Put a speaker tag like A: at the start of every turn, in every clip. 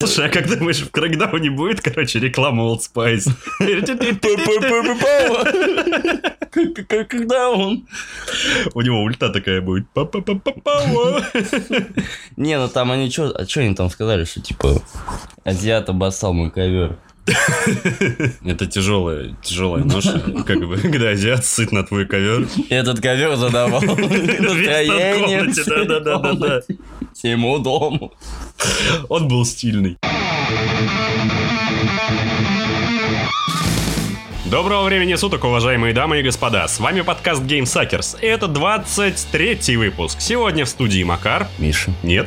A: Слушай, а как думаешь, в Крэкдауне будет, короче, реклама Old Spice?
B: Когда он?
A: У него ульта такая будет. Па-па-па-па-пау.
B: Не, ну там они что, а что они там сказали, что типа азиат обоссал мой ковер.
A: Это тяжелая, тяжелая ноша, как бы, когда азиат сыт на твой ковер.
B: Этот ковер задавал настроение
A: комнате,
B: всей
A: да-да-да-да-да.
B: комнате, всему дому.
A: Он был стильный. Доброго времени суток, уважаемые дамы и господа. С вами подкаст Game Suckers. И это 23-й выпуск. Сегодня в студии Макар.
B: Миша.
A: Нет,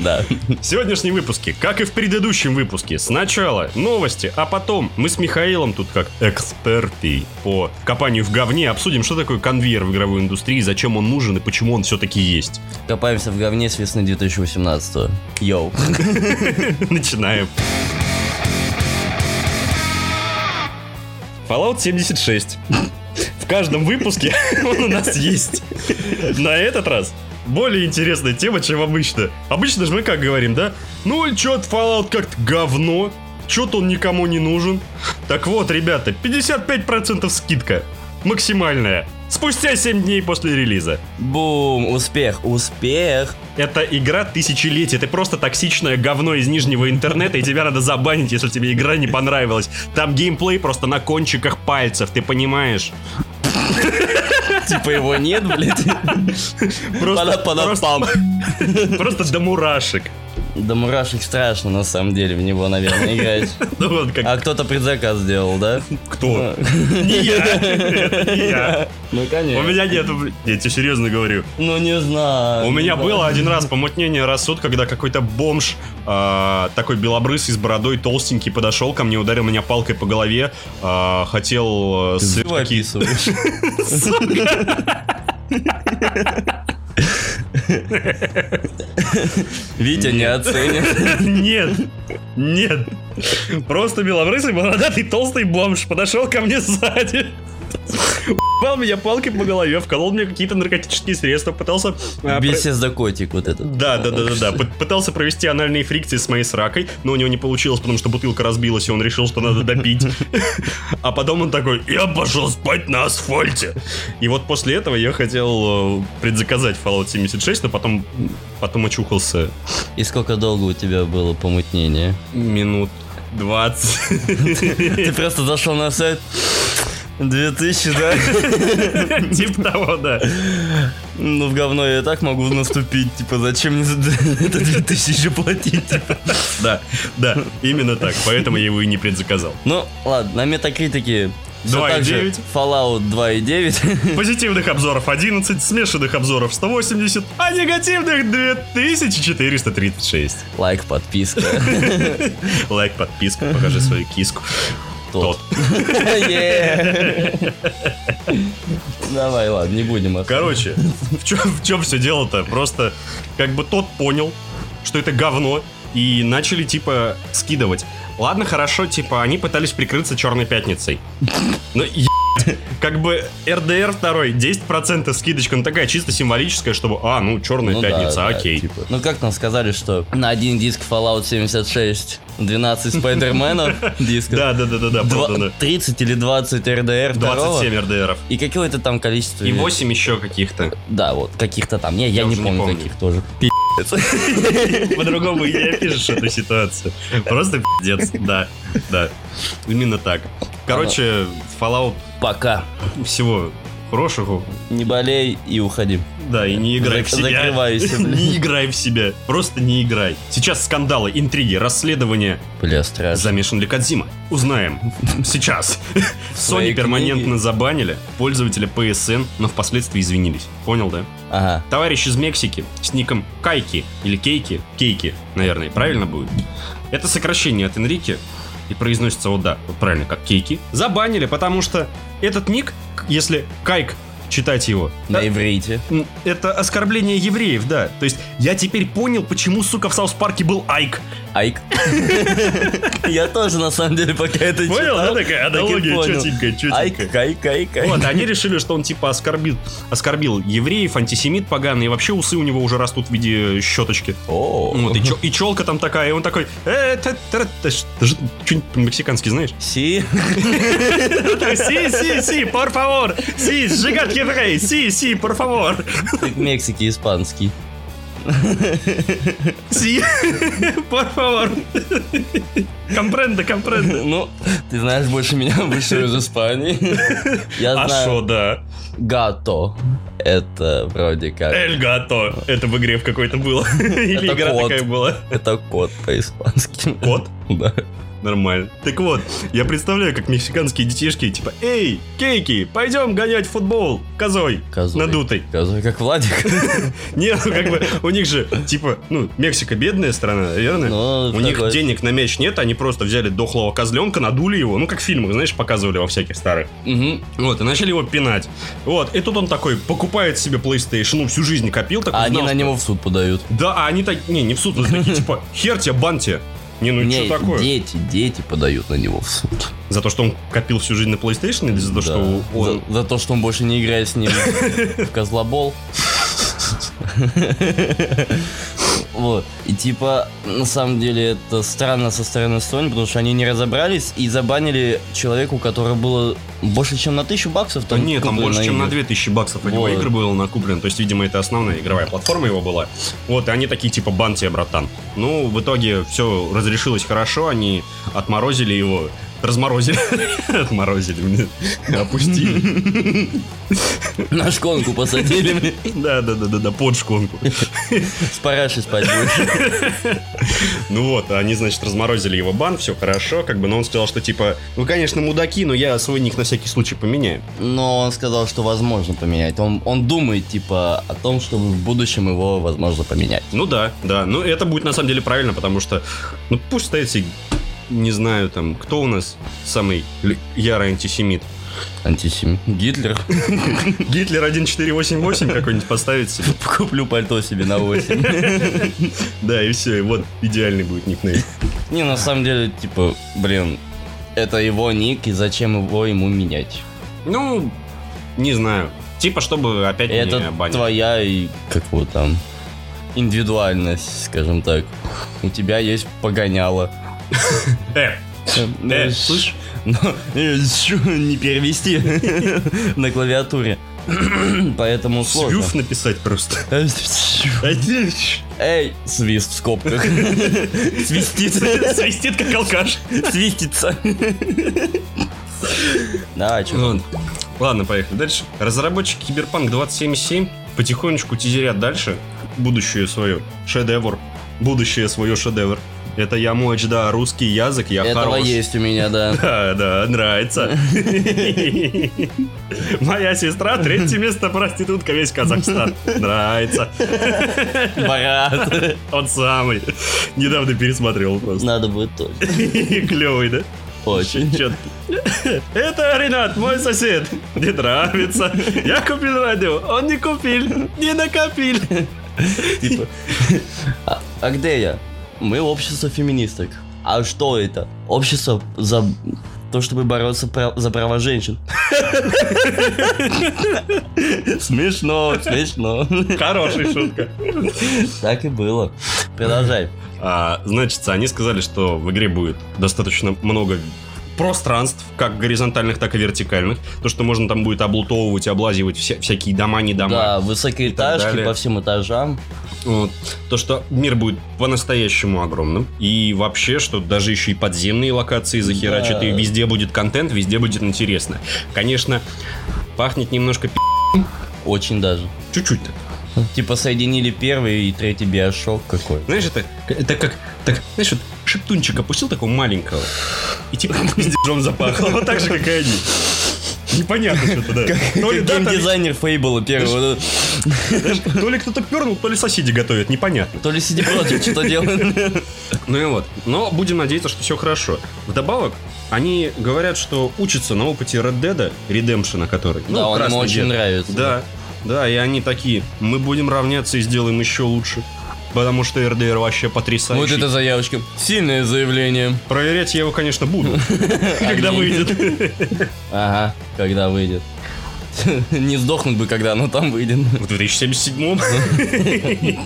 B: Да.
A: В сегодняшнем выпуске, как и в предыдущем выпуске, сначала новости, а потом мы с Михаилом тут как эксперты по копанию в говне обсудим, что такое конвейер в игровой индустрии, зачем он нужен и почему он все-таки есть.
B: Копаемся в говне с весны 2018 Йоу.
A: Начинаем. Fallout 76. В каждом выпуске он у нас есть. На этот раз более интересная тема, чем обычно. Обычно же мы как говорим, да? Ну, чё-то Fallout как-то говно. Чё-то он никому не нужен. Так вот, ребята, 55% скидка. Максимальная. Спустя 7 дней после релиза.
B: Бум, успех, успех.
A: Это игра тысячелетия. Ты просто токсичное говно из нижнего интернета, и тебя надо забанить, если тебе игра не понравилась. Там геймплей просто на кончиках пальцев, ты понимаешь?
B: Типа его нет, блядь.
A: Просто, просто,
B: Пада-пада-пам.
A: просто до мурашек.
B: Да мурашек страшно, на самом деле, в него, наверное, играть.
A: Ну вот как
B: А кто-то предзаказ сделал, да?
A: кто? Не я. Это не я.
B: Ну,
A: У
B: конечно.
A: меня нет. Я тебе серьезно говорю.
B: Ну, не знаю.
A: У меня
B: Да.
A: было один раз помутнение рассудка, когда какой-то бомж, а, такой белобрысый с бородой, толстенький, подошел ко мне, ударил меня палкой по голове, а, хотел... э,
B: Ты
A: сы-
B: зубы
A: какие-
B: описываешь. Витя не оценит.
A: Нет, нет. Просто белобрысый, бородатый, толстый бомж подошел ко мне сзади. Упал меня палкой по голове, вколол мне какие-то наркотические средства, пытался... а, про-
B: Бесезда котик вот этот.
A: Да, да, да, да, да. Пы- Пытался провести анальные фрикции с моей сракой, но у него не получилось, потому что бутылка разбилась, и он решил, что надо допить. А потом он такой, я пошел спать на асфальте. И вот после этого я хотел э, предзаказать Fallout 76, но потом, потом очухался
B: И сколько долго у тебя было помутнение?
A: минут 20.
B: Ты просто зашел на сайт 2000, да?
A: Типа того, да.
B: Ну, в говно я и так могу наступить. Типа, зачем мне за это 2000 еще платить? типа?
A: Да, да, именно так. Поэтому я его и не предзаказал.
B: Ну, ладно, на метакритике всё
A: 2,9.
B: так же Fallout 2.9.
A: Позитивных обзоров 11, смешанных обзоров 180, а негативных 2436.
B: Лайк, подписка.
A: Лайк, подписка, покажи свою киску. Тот.
B: Тот. Е. Давай, ладно, не будем. ос-
A: Короче, в чем, все дело-то? Просто как бы тот понял, что это говно, и начали типа скидывать. Ладно, хорошо, типа они пытались прикрыться черной пятницей. Но ебать, как бы РДР 2 10% скидочка, ну такая чисто символическая, чтобы, а, ну, черная
B: Ну да,
A: пятница,
B: да,
A: окей.
B: типа. Ну как нам сказали, что на один диск Fallout 76, 12 спайдерменов дисков,
A: Да, да, да, да, да,
B: два-
A: продано.
B: 30 или 20 РДР второго,
A: 27 РДРов.
B: и какое-то там количество...
A: И 8 еще каких-то.
B: Да, вот, каких-то там. Я, я,
A: Я
B: не,
A: уже не
B: помню,
A: помню.
B: каких тоже.
A: По-другому и не опишешь эту ситуацию. Просто пиздец, да, да. Именно так. Короче, Fallout
B: Пока.
A: всего хорошего.
B: Не болей и уходи.
A: Да, и не играй в
B: Зак-
A: себя.
B: закрывайся, блин.
A: Не играй в себя. Просто не играй. Сейчас скандалы, интриги, расследования.
B: Бля, страшно.
A: Замешан ли Кадзима? Узнаем. Сейчас.
B: своей
A: Sony перманентно
B: книге.
A: забанили пользователя PSN, но впоследствии извинились. Понял, да?
B: Ага.
A: Товарищ из Мексики с ником Кайки или Кейки, Кейки, наверное, правильно будет. Это сокращение от Энрике и произносится вот да, вот правильно, как Кейки. Забанили, потому что этот ник, к- если Кайк читать его. Да,
B: На иврите.
A: м, Это оскорбление евреев, да. То есть я теперь понял, почему, сука, в Саус-парке был Айк.
B: Айк. Я тоже, на самом деле, пока это читал.
A: Понял, да, такая
B: так и
A: аналогия
B: понял.
A: чётенькая, чётенькая.
B: Айк, айк, айк, айк.
A: Вот, они решили, что он типа оскорбил, оскорбил евреев, антисемит поганый, и вообще усы у него уже растут в виде щеточки.
B: О.
A: Вот, и, чё- и челка там такая, и он такой, э, ты, что-нибудь по-мексикански знаешь?
B: Си.
A: Си, си, си, por favor, си, сжигать еврей, си, си, por favor,
B: Ты в Мексике испанский.
A: си, por favor, компренда, компренда.
B: Ну, ты знаешь больше меня, больше из Испании. Я
A: А шо,
B: знаю.
A: да,
B: Гато. Это вроде как.
A: Эль Гато, это в игре в какой-то было, или
B: Это
A: игра
B: кот.
A: такая была.
B: Это кот по-испански.
A: Кот?
B: Да.
A: Нормально. Так вот, я представляю, как мексиканские детишки, типа, эй, кейки, пойдем гонять в футбол, козой,
B: Козой.
A: надутой.
B: Козой как Владик.
A: Нет, ну как бы, у них же, типа, ну, Мексика бедная страна, верно?
B: Ну,
A: У них
B: такой.
A: денег на мяч нет, они просто взяли дохлого козленка, надули его, ну как в фильмах, знаешь, показывали во всяких старых.
B: Мгм.
A: Вот, и начали его пинать. Вот, и тут он такой покупает себе PlayStation, ну всю жизнь копил, такой
B: А они
A: знал,
B: на
A: что-
B: него в суд подают.
A: Да, а они так, не, не в суд, но такие, типа, хер тебе, банте. Не, ну
B: Не,
A: что такое?
B: дети, дети подают на него в суд.
A: За то, что он копил всю жизнь на PlayStation или за то,
B: Да.
A: что он...
B: За, за то, что он больше не играет с ним в козлобол. Вот. И типа, на самом деле, это странно со стороны Sony, потому что они не разобрались и забанили человеку, у которого было больше, чем на тысячу баксов.
A: Да нет, там
B: куплено
A: больше, чем на
B: игр.
A: 2000 баксов у него
B: Вот.
A: игр было накуплено. То есть, видимо, это основная игровая платформа его была. Вот, и они такие, типа, бан тебе, братан. Ну, в итоге все разрешилось хорошо, они отморозили его. Разморозили. Отморозили. мне. Опустили.
B: На шконку посадили,
A: Да-да-да-да, под шконку.
B: с парашей спать будешь.
A: Ну вот, они, значит, разморозили его бан, все хорошо, как бы, но он сказал, что, типа, вы, конечно, мудаки, но я свой ник на всякий случай поменяю.
B: Но он сказал, что возможно поменять. Он, он думает, типа, о том, чтобы в будущем его возможно поменять.
A: Ну да, да. Ну это будет на самом деле правильно, потому что, ну пусть стоит себе, не знаю, там, кто у нас самый л- ярый антисемит.
B: Антисемит. Гитлер.
A: Гитлер 1488 какой-нибудь поставить себе.
B: Куплю пальто себе на осень.
A: Да, и все, и вот идеальный будет никнейм.
B: Не, на самом деле, типа, блин, это его ник, и зачем его ему менять?
A: Ну, не знаю. Типа, чтобы опять не
B: это
A: банить.
B: твоя и как его там индивидуальность, скажем так. У тебя есть погоняло.
A: Э, Э,
B: Ну,
A: слышь?
B: ну, э, чё, не перевести на клавиатуре. Поэтому Ну, сложно.
A: сьюф написать просто.
B: Э, сью. Эй, свист в скобках. Свистит.
A: Свистит как алкаш.
B: Свистится. Да, чё?
A: Ладно. Ладно, поехали дальше. Разработчики Киберпанк 2077 потихонечку тизерят дальше будущее свое. Шедевр. Будущее свое шедевр. Это я мочь, да, русский язык, я
B: Этого
A: хорош.
B: есть у меня, да.
A: Да, да, нравится. Моя сестра, третье место проститутка, весь Казахстан. Нравится.
B: Барат.
A: Он самый. Недавно пересмотрел просто.
B: Надо будет тоже.
A: Клевый, да?
B: Очень.
A: Чё ты? Это Ренат, мой сосед. Не нравится. Я купил радио. Он не купил, не накопил.
B: Типа. А, а где я? Мы общество феминисток. А что это? Общество за то, чтобы бороться про- за права женщин. Смешно, смешно.
A: Хорошая шутка.
B: Так и было. Продолжай.
A: А, значит, они сказали, что в игре будет достаточно много пространств, как горизонтальных, так и вертикальных. То, что можно там будет облутовывать, облазивать вся- всякие дома, не дома.
B: Да,
A: И так
B: высокоэтажки
A: далее.
B: по всем этажам.
A: Вот. То, что мир будет по-настоящему огромным. И вообще, что даже еще и подземные локации захерачат,
B: Да.
A: и везде будет контент, везде будет интересно. Конечно, пахнет немножко пи***,
B: Очень даже.
A: чуть-чуть так.
B: Типа соединили первый и третий биошок какой.
A: Знаешь, это, это как, так, знаешь, вот шептунчик опустил такого маленького, и типа пиздежом запахло. Вот так же, как и они. Непонятно что-то, да. То ли, Ну да, то ли-
B: Геймдизайнер Фейбла первого.
A: то ли кто-то пернул, то ли соседи готовят, непонятно.
B: То ли сиди против, что делает.
A: Ну и вот. Но будем надеяться, что все хорошо. Вдобавок, они говорят, что учатся на опыте Red Dead Redemption, который... ну,
B: да, он
A: «Красный
B: ему очень
A: дед».
B: нравится.
A: Да, да, и они такие, мы будем равняться и сделаем еще лучше. Потому что РДР вообще потрясающий.
B: Вот это заявочка. Сильное заявление.
A: Проверять я его, конечно, буду, когда
B: Они-
A: выйдет.
B: Ага, когда выйдет. Не сдохнуть бы, когда оно там выйдет.
A: В 2077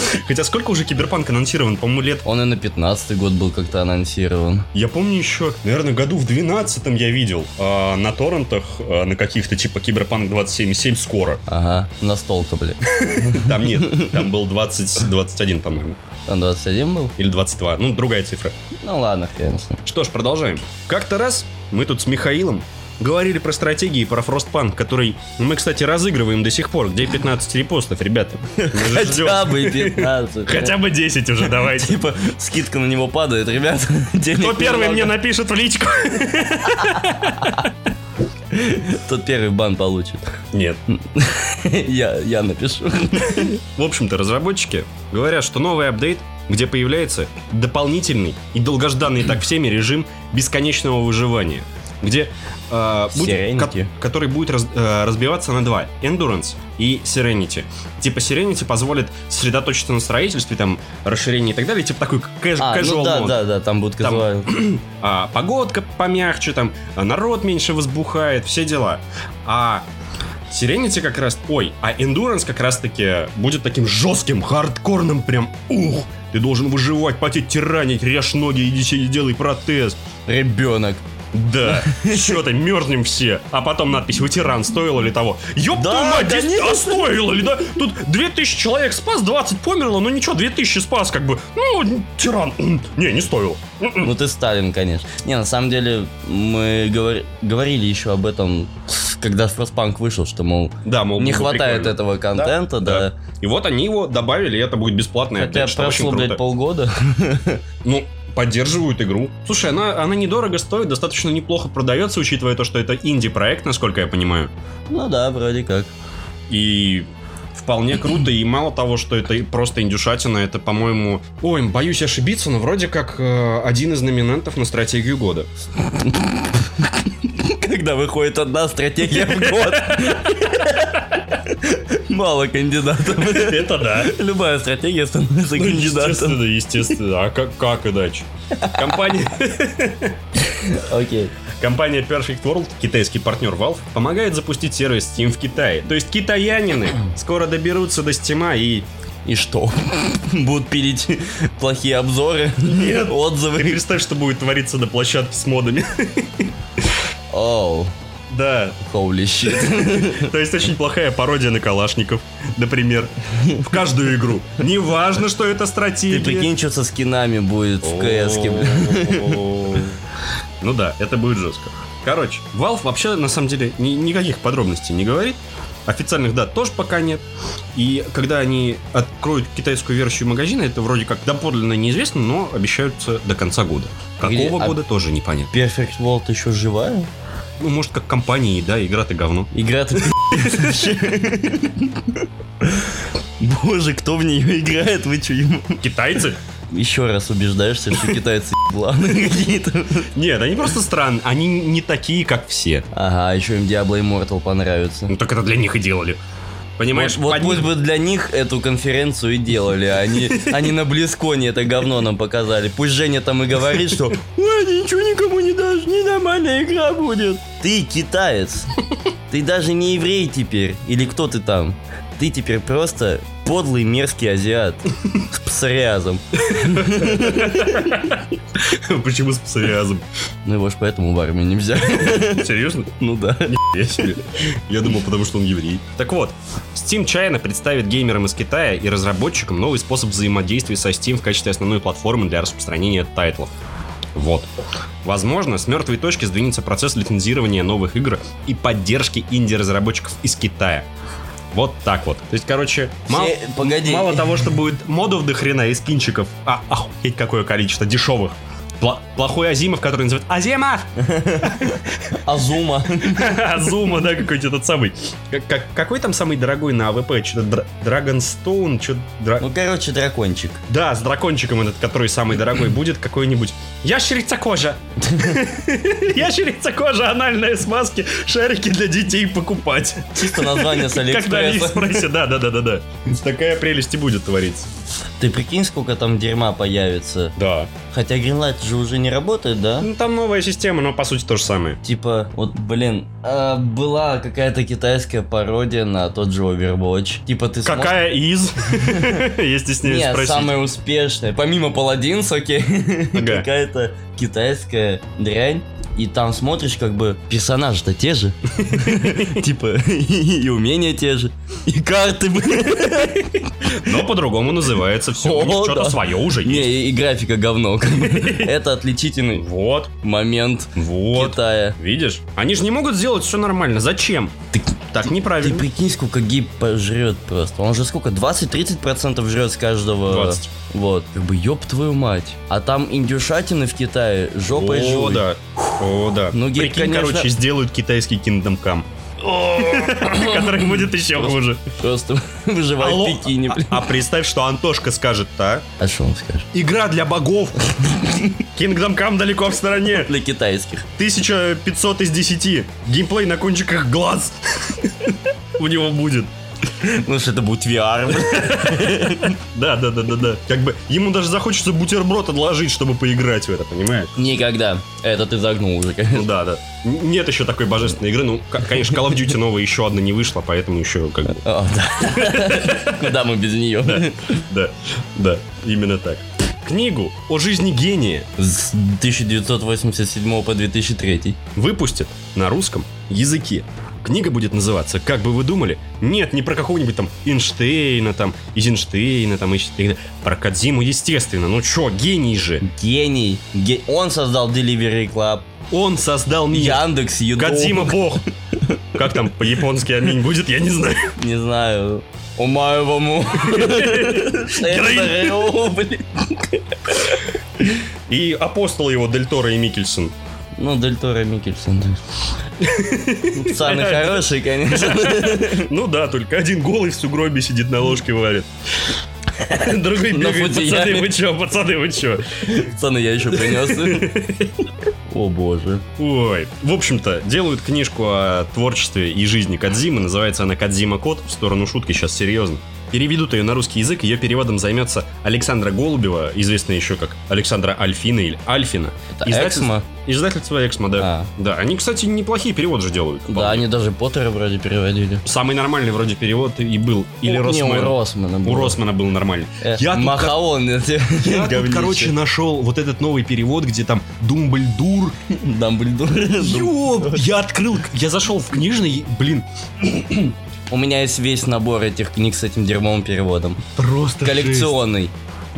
A: Хотя сколько уже Киберпанк анонсирован? По-моему, лет...
B: Он и на 15 год был как-то анонсирован.
A: Я помню еще, наверное, году в 12 я видел а, на торрентах, а, на каких-то типа Киберпанк 2077 скоро.
B: Ага, на стол-то, блин.
A: Там нет, там был 20, 21, по-моему.
B: Там 21 был?
A: Или 22, ну, другая цифра.
B: Ну ладно, хрен с ним.
A: Что ж, продолжаем. Как-то раз мы тут с Михаилом говорили про стратегии, про Frostpunk, который мы, кстати, разыгрываем до сих пор. Где 15 репостов, ребята? Мы же ждем.
B: Хотя бы 15.
A: Хотя бы 10 уже, давайте.
B: Типа, скидка на него падает, ребят. денег
A: Кто первый
B: немного.
A: мне напишет в личку?
B: Тот первый бан получит.
A: Нет.
B: Я, я напишу.
A: В общем-то, разработчики говорят, что новый апдейт, где появляется дополнительный и долгожданный так всеми режим бесконечного выживания, где э, будет-
B: Serenity.
A: ко- который будет раз- э, разбиваться на два: Endurance и Serenity. Типа Serenity позволит сосредоточиться на строительстве, там расширении и так далее, типа такой кэш-
B: А,
A: casual
B: ну да,
A: mode.
B: да, да, там будут
A: Там-
B: казуально.
A: А, погодка помягче, там а, народ меньше возбухает, все дела. А Serenity как раз, ой, а Endurance как раз таки будет таким жестким, хардкорным прям, ух, ты должен выживать, потеть, тиранить, режь ноги, иди себе и делай протез.
B: Ребенок.
A: Да, что ты, мерзнем все. А потом надпись «Ветеран» стоило ли того? Ёб
B: Да,
A: твою мать, здесь
B: конечно.
A: а стоило ли, да? Тут 2000 человек спас, 20 померло, но ничего, 2000 спас, как бы. Ну, тиран, м, не, не стоило. М-м.
B: Ну ты Сталин, конечно. Не, на самом деле, мы говор- говорили еще об этом, когда Frostpunk вышел, что, мол,
A: Да, мол,
B: не
A: было
B: хватает
A: прикольно.
B: этого контента, да.
A: И вот они его добавили, и Ну, это будет бесплатный
B: Хотя
A: опять, что
B: прошло,
A: очень
B: блядь,
A: круто.
B: полгода.
A: Ну, поддерживают игру. Слушай, она, она недорого стоит, достаточно неплохо продается, учитывая то, что это инди-проект, насколько я понимаю.
B: Ну да, вроде как.
A: И вполне круто, и мало того, что это и просто индюшатина, это, по-моему... Ой, боюсь ошибиться, но вроде как э, один из номинантов на стратегию года.
B: Когда выходит одна стратегия в год. Мало кандидатов.
A: Это да.
B: Любая стратегия становится кандидатом.
A: Ну, естественно. А как, как иначе? Компания,
B: Окей.
A: Компания Perfect World, китайский партнер Valve, помогает запустить сервис Steam в Китае. То есть китаянины скоро доберутся до Steam и...
B: И что? Будут пилить плохие обзоры,
A: Нет.
B: отзывы.
A: представь, что будет твориться на площадке с модами.
B: Оу,
A: Да,
B: holy shit.
A: то есть очень плохая пародия на калашников, например, в каждую игру. Неважно, что это
B: Ты
A: стратегия.
B: прикинь, что со скинами будет в КС-ке, бля.
A: Ну да, это будет жестко. Короче, Valve вообще на самом деле ни- никаких подробностей не говорит. Официальных дат тоже пока нет. И когда они откроют китайскую версию магазина, это вроде как доподлинно неизвестно, но обещаются до конца года. Какого
B: Или- а-
A: года тоже непонятно.
B: Perfect World еще живая?
A: Ну, может, как компании, да, игра-то говно.
B: Игра-то пи***ц вообще. Боже, кто в нее играет, вы че, ему?
A: Китайцы?
B: Еще раз убеждаешься, что китайцы ебланы какие-то.
A: Нет, они просто странные. Они не такие, как все.
B: Ага, еще им Diablo Immortal понравится.
A: Ну, так это для них и делали. Понимаешь,
B: Вот, вот
A: под
B: пусть
A: них-
B: бы для них эту конференцию и делали, а они, они на Близконе это говно нам показали. Пусть Женя там и говорит, что «Ой, ничего никому не дашь, ненормальная игра будет». Ты китаец. Ты даже не еврей теперь. Или кто ты там? Ты теперь просто подлый мерзкий азиат с псориазом.
A: Почему с псориазом?
B: Ну его ж поэтому в армию не взяли.
A: Серьезно?
B: Ну да.
A: Я себе. Я думал, потому что он еврей. Так вот, Steam China представит геймерам из Китая и разработчикам новый способ взаимодействия со Steam в качестве основной платформы для распространения тайтлов. Вот. Возможно, с мертвой точки сдвинется процесс лицензирования новых игр и поддержки инди-разработчиков из Китая. Вот так вот. То есть, короче, мал-
B: Все- погоди.
A: мало того, что будет модов до хрена и скинчиков, а, охуеть какое количество дешевых. Пла- плохой Азимов, который называют Азимов!
B: Азума.
A: Азума, да, какой-то тот самый. Как- как- Какой там самый дорогой на АВП? Что-то Драгонстоун, что-то...
B: Ну, короче, дракончик.
A: Да, с дракончиком этот, который самый дорогой будет, какой-нибудь. Ящерица кожа. Ящерица кожа, анальные смазки, шарики для детей покупать.
B: Чисто название с
A: Как на
B: Алиэкспресса.
A: Алиэкспрессе, да, да, да, да, да. Такая прелесть и будет твориться.
B: Ты прикинь, сколько там дерьма появится.
A: Да.
B: Хотя Greenlight же уже не работает, да?
A: Ну там новая система, но по сути то же самое.
B: Типа, вот, блин, а, была какая-то китайская пародия на тот же Overwatch. Типа, ты сможешь-
A: Какая из? Если с ней
B: Нет,
A: спросить.
B: самая успешная. Помимо Паладинс, окей,
A: Ага.
B: какая-то китайская дрянь. И там смотришь, как бы, персонажи-то те же. Типа, и и умения те же. И карты, блин.
A: Но по-другому называется все.
B: О,
A: У них что-то
B: да.
A: свое уже
B: Не,
A: есть.
B: и и графика говно. как бы. Это отличительный
A: Вот,
B: момент
A: вот.
B: Китая.
A: Типа. Видишь? Они же не могут сделать все нормально. Зачем?
B: Ты-
A: Так
B: Ты
A: неправильно.
B: прикинь, сколько гиб жрет просто. Он же сколько? 20-30% жрет с каждого.
A: 20.
B: Вот. Как бы ёб твою мать. А там индюшатины в Китае жопой
A: О,
B: жуй.
A: да. О, да.
B: Ну, гей,
A: Прикинь,
B: конечно.
A: короче, сделают китайский Kingdom Come. Который будет еще хуже.
B: Просто выживает
A: Алло,
B: в Пекине,
A: а-
B: блин.
A: А представь, что Антошка скажет, да?
B: А что он скажет?
A: Игра для богов. Kingdom Come далеко в стороне.
B: Для китайских.
A: 1500 из 10. Геймплей на кончиках глаз. У него будет.
B: Ну что это будет VR, блин.
A: Да, да, да, да, да. Как бы ему даже захочется бутерброд отложить, чтобы поиграть в это, понимаешь?
B: Никогда. Это ты загнул уже, конечно.
A: Ну да, да. Н- Нет еще такой божественной игры. Ну, к- конечно, Call of Duty новая еще одна не вышла, поэтому еще как бы.
B: О, да. Куда мы без нее?
A: Да, да, именно так. Книгу о жизни гения
B: С 1987 по 2003.
A: выпустят на русском языке. Книга будет называться, как бы вы думали, нет, не про какого-нибудь там Эйнштейна, там, Эйзенштейна, там, и щ- и- про Кадзиму, естественно. Ну чё, гений же.
B: Гений. Ге- Он создал Delivery Club.
A: Он создал меня.
B: Яндекс, Ютуб.
A: Кадзима бог. Как там по-японски аминь будет, я не знаю.
B: Не знаю. Умаю вам. СРО, блин.
A: И апостол его Дель Торо и Микельсон.
B: Ну, Дель Торо Микельсон. да. Пацаны хорошие, конечно.
A: Ну да, только один голый в сугробе сидит на ложке варит. Другой
B: На
A: бегает, пацаны,
B: футияме.
A: вы чё, пацаны, вы чё?
B: Пацаны, я еще принес. О боже.
A: Ой. В общем-то, делают книжку о творчестве и жизни Кадзимы. Называется она Кадзима Кот. В сторону шутки сейчас серьезно. Переведут ее на русский язык, ее переводом займется Александра Голубева, известная еще как Александра Альфина или Альфина.
B: Это Эксмо?
A: Издательство Эксмо, да.
B: А.
A: Да, они, кстати, неплохие переводы же делают.
B: Да, они даже Поттера вроде переводили.
A: Самый нормальный вроде перевод и был. Или
B: О, не,
A: Росман.
B: у Росмана
A: У
B: был.
A: Росмана был нормальный.
B: Э,
A: Я тут
B: Махаон. эти
A: Я тут,
B: говнище.
A: короче, нашел вот этот новый перевод, где там Думбальдур.
B: Дамблдор.
A: Ёб! Я открыл, я зашел в книжный, и, блин,
B: У меня есть весь набор этих книг с этим дерьмовым переводом.
A: просто
B: Коллекционный.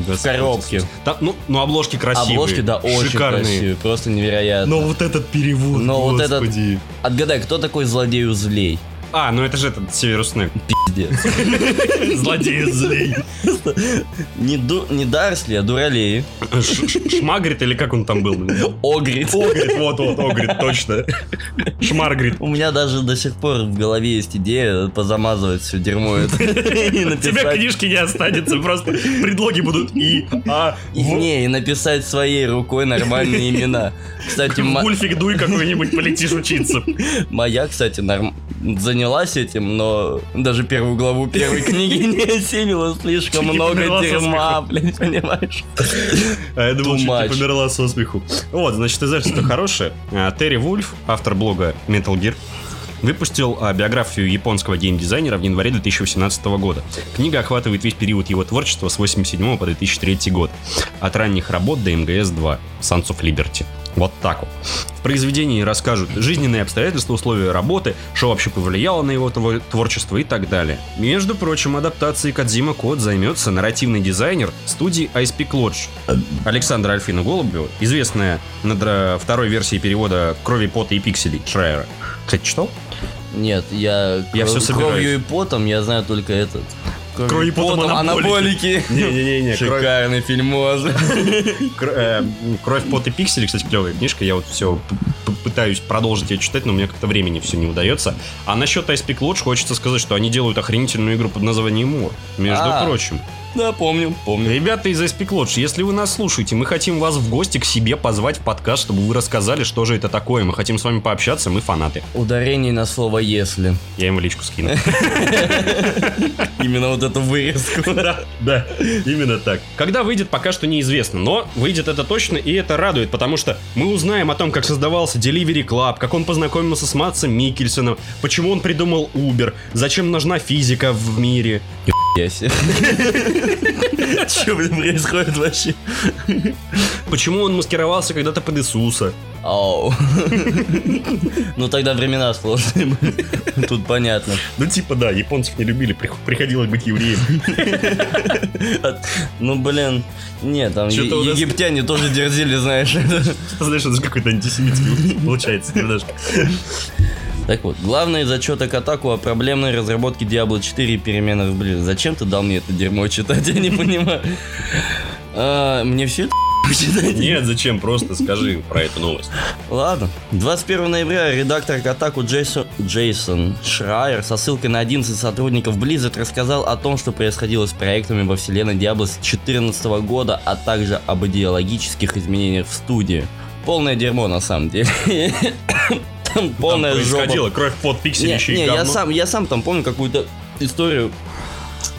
A: жесть.
B: в коробке.
A: Там, ну, ну, обложки красивые.
B: Обложки, да, очень
A: шикарные.
B: красивые. Просто невероятно.
A: Но вот этот перевод,
B: Но вот этот-
A: господи.
B: Отгадай, кто такой злодей у злей?
A: А, ну это же этот Северус Снэп.
B: Пиздец.
A: Злодей злей.
B: Не, ду- не Дарсли, а Дуралей.
A: Ш- ш- Шмагрит или как он там был?
B: Огрид.
A: Огрит, вот-вот, Огрит, точно. Шмаргрит.
B: У меня даже до сих пор в голове есть идея позамазывать все дерьмо это. И
A: Тебя
B: написать...
A: книжки не останется, просто предлоги будут и, а,
B: И,
A: в.
B: не, и написать своей рукой нормальные имена. Кстати, мо-
A: Гульфик дуй какой-нибудь, полетишь учиться.
B: моя, кстати, норм- занялась этим, но даже первую главу первой книги не осилила слишком
A: Не
B: много
A: померла со
B: дерьма, блин, понимаешь?
A: А я думал,
B: Too
A: что ты
B: much.
A: померла со смеху. Вот, значит, издательство хорошее. А, Терри Вульф, автор блога Metal Gear, выпустил а, биографию японского геймдизайнера в январе 2018 года. Книга охватывает весь период его творчества с 87 по 2003 год. От ранних работ до МГС-2, Sons of Liberty. Вот так вот. В произведении расскажут жизненные обстоятельства, условия работы, что вообще повлияло на его тво- творчество и так далее. Между прочим, адаптацией Кадзима Код займется нарративный дизайнер студии Icepeak Lodge, Александра Альфина Голубева, известная над э, второй версией перевода «Крови, пота и пикселей» Шрайера. Кстати, читал?
B: Нет, я,
A: Я
B: кров-
A: всё собираюсь.
B: кровью и потом, я знаю только этот.
A: Крови потом
B: анаполики.
A: Не-не-не, кровь,
B: Шикарный фильмоз.
A: кр- э, «Кровь, пот и пиксели», кстати, клевая книжка. Я вот все пытаюсь продолжить ее читать, но у меня как-то времени все не удается. А насчет Ice Peak Lodge хочется сказать, что они делают охренительную игру под названием Мур, между
B: А.
A: прочим.
B: Да, помню, помню.
A: Ребята из Ice Peak Lodge, если вы нас слушаете, мы хотим вас в гости к себе позвать в подкаст, чтобы вы рассказали, что же это такое. Мы хотим с вами пообщаться, мы фанаты.
B: Ударение на слово «если».
A: Я им в личку скину.
B: Именно вот эту вырезку.
A: Да, да, именно так. Когда выйдет, пока что неизвестно, но выйдет это точно, и это радует, потому что мы узнаем о том, как создавался Delivery Club, как он познакомился с Матсом Микельсоном, почему он придумал Uber, зачем нужна физика в мире.
B: Что, блин, происходит вообще?
A: Почему он маскировался когда-то под Иисуса?
B: Ау. Ну тогда времена сложные. были. Тут понятно.
A: Ну типа да, японцев не любили, прих- приходилось быть евреем.
B: От- Ну блин, нет, там
A: Чё-то у
B: е-
A: нас-
B: египтяне тоже дерзили, знаешь.
A: Знаешь, это же какой-то антисемитский получается немножко.
B: Так вот, главный зачет Акатаку о проблемной разработке Diablo 4 и переменах в Blizzard. Зачем ты дал мне это дерьмо читать, я не понимаю. А, Мне все это читать?
A: Нет, зачем, просто скажи про эту новость.
B: Ладно. 21 ноября редактор к атаку Джейсон, Джейсон Шрайер со ссылкой на 11 сотрудников Blizzard рассказал о том, что происходило с проектами во вселенной Diablo с 2014 года, а также об идеологических изменениях в студии. Полное дерьмо на самом деле. Там полная
A: Там
B: жопа.
A: происходило, кровь под пиксель
B: Не,
A: еще и
B: не, я
A: говно.
B: сам, я сам там помню какую-то историю.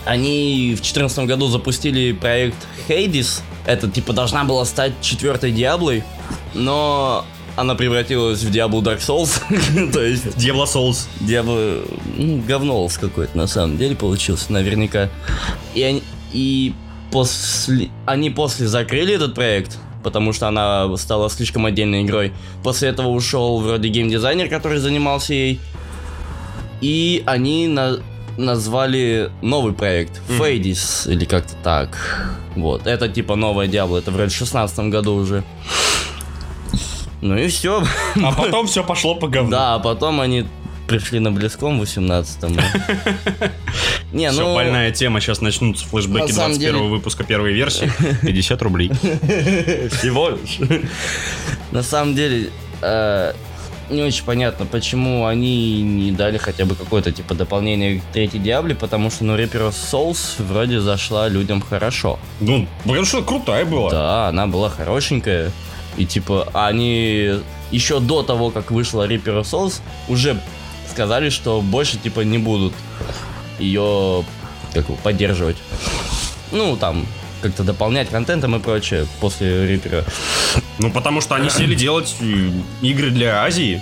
B: Они в 2014 году запустили проект Hades. Это типа должна была стать четвертой Диаблой, но она превратилась в Диаблу Dark Souls. То есть
A: Дьявола Соус.
B: Диабло... Ну, говнолос какой-то на самом деле получился, наверняка. И они... И после... Они после закрыли этот проект, потому что она стала слишком отдельной игрой. После этого ушел вроде геймдизайнер, который занимался ей. И они на- назвали новый проект
A: Мгм.
B: Фейдис или как-то так. Вот, это типа новая Диабло, это вроде в шестнадцатом году уже. Ну и все.
A: А потом все пошло по говну.
B: Да, а потом они пришли на близком 18-м. Не,
A: Все,
B: ну...
A: больная тема. Сейчас начнутся флешбеки
B: на самом
A: 21
B: деле-
A: выпуска первой версии. 50 рублей.
B: Всего лишь. На самом деле, э, не очень понятно, почему они не дали хотя бы какое-то типа дополнение к третьей Диабле, потому что, ну, Reaper of Souls вроде зашла людям хорошо.
A: Ну, потому что крутая была.
B: Да, она была хорошенькая. И типа, они еще до того, как вышла Reaper of Souls, уже сказали, что больше типа не будут ее как его, поддерживать. Ну, там, как-то дополнять контентом и прочее после Рипера.
A: Ну, потому что они сели делать э, игры для Азии.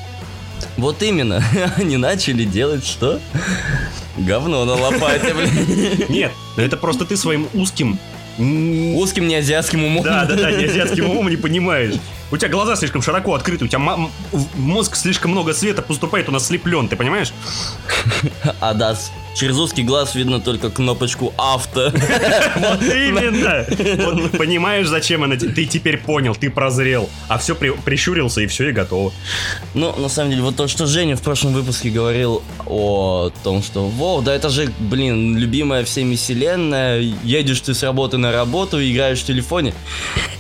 B: Вот именно, они начали делать что? Говно на лопате, блин.
A: Нет, ну, это просто ты своим узким... м,
B: Узким неазиатским умом.
A: Да, да, да, не азиатским умом не понимаешь. У тебя глаза слишком широко открыты, у тебя ма- м- в мозг слишком много света поступает, он ослеплен, ты понимаешь?
B: А да, с- через узкий глаз видно только кнопочку авто.
A: Вот именно! Вот понимаешь, зачем она... те- Ты теперь понял, ты прозрел, а все прищурился и все, и готово.
B: Ну, на самом деле, вот то, что Женя в прошлом выпуске говорил о том, что «Воу, да это же, блин, любимая всеми вселенная, едешь ты с работы на работу, играешь в телефоне».